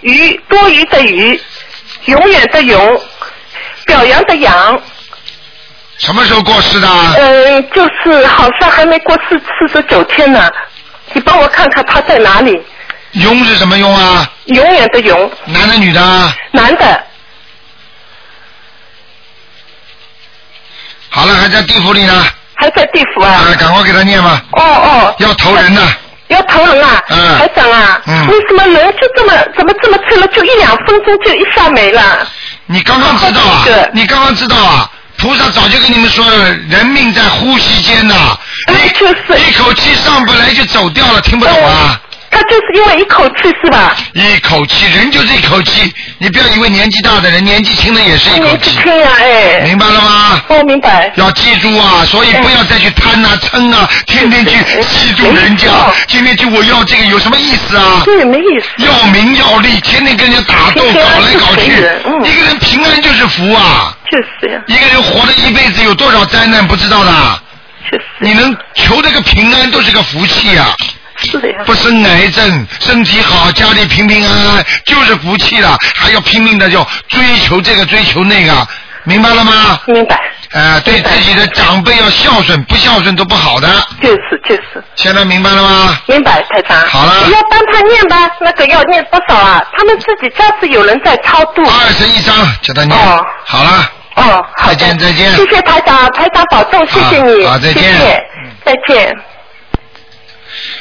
Speaker 4: 余多余的余，永远的永，表扬的扬，
Speaker 1: 什么时候过世的啊？
Speaker 4: 呃，就是好像还没过四四十九天呢，你帮我看看他在哪里？
Speaker 1: 庸是什么庸啊？
Speaker 4: 永远的永。
Speaker 1: 男的女的啊？
Speaker 4: 男的，
Speaker 1: 好了，还在地府里呢。
Speaker 4: 还在地府啊？
Speaker 1: 啊，赶快给他念吧。
Speaker 4: 哦哦。
Speaker 1: 要投人的。
Speaker 4: 要投人啊，台长啊，为什么人就这么怎么这么脆弱，就一两分钟就一下没了？
Speaker 1: 你刚刚知道啊？你刚刚知道啊？菩萨早就跟你们说了，人命在呼吸间呐、
Speaker 4: 哎，就是哦
Speaker 1: 一口气上不来就走掉了，听不懂啊？
Speaker 4: 他就是因为一口气是吧？
Speaker 1: 一口气，人就是一口气，你不要以为年纪大的人，年纪轻的也是一口
Speaker 4: 年纪
Speaker 1: 气。
Speaker 4: 轻啊，哎。
Speaker 1: 明白了吗？
Speaker 4: 我明白。
Speaker 1: 要记住啊，所以不要再去贪啊、嗔啊，天天去嫉妒人家，天天去我要这个有什么意思啊？
Speaker 4: 对，哦没意思。
Speaker 1: 要名要利，天天跟人家打斗，
Speaker 4: 平平
Speaker 1: 搞
Speaker 4: 安
Speaker 1: 来搞
Speaker 4: 是
Speaker 1: 去
Speaker 4: 谁人，
Speaker 1: 一个人平安就是福啊。
Speaker 4: 就是呀。
Speaker 1: 一个人活了一辈子，有多少灾难不知道的？你能求这个平安，都是个福气啊。
Speaker 4: 是的呀。
Speaker 1: 不生癌症，身体好，家里平平安安，就是福气了。还要拼命的要追求这个，追求那个，明白了吗？
Speaker 4: 明白。
Speaker 1: 呃，对自己的长辈要孝顺，不孝顺都不好的。
Speaker 4: 就是就是。
Speaker 1: 现在明白了吗？
Speaker 4: 明白，台长。
Speaker 1: 好了
Speaker 4: 要帮他念吧，那个要念多少啊？他们自己家是有人在超度。
Speaker 1: 二十一张，叫他念。
Speaker 4: 嗯哦
Speaker 1: 好了，
Speaker 4: 哦，好
Speaker 1: 再
Speaker 4: 的
Speaker 1: 见再见
Speaker 4: 谢谢台长，台长保重，谢谢你。
Speaker 1: 好好再见
Speaker 4: 谢谢再见。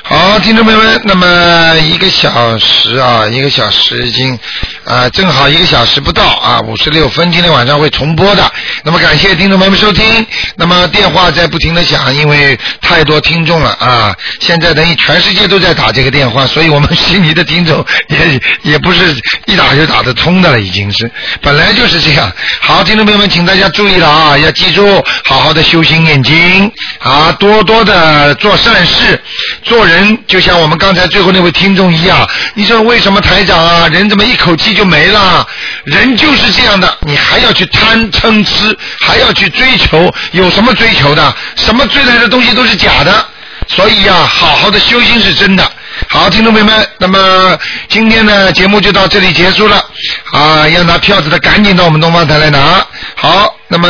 Speaker 1: 好，听众朋友们，那么一个小时啊，一个小时已经啊、正好一个小时不到啊，五十六分，今天晚上会重播的。那么感谢听众朋友们收听，那么电话在不停的响，因为太多听众了啊，现在等于全世界都在打这个电话，所以我们悉尼的听众也也不是一打就打得通的了，已经是，本来就是这样。好，听众朋友们，请大家注意了啊，要记住好好的修心念经啊，多多的做善事，做人就像我们刚才最后那位听众一样。你说为什么台长啊，人怎么一口气就没了？人就是这样的，你还要去贪嗔痴，还要去追求，有什么追求的？什么追来的东西都是假的。所以呀、好好的修心是真的。好，听众朋友们，那么今天呢节目就到这里结束了啊！要拿票子的赶紧到我们东方台来拿。好，那么。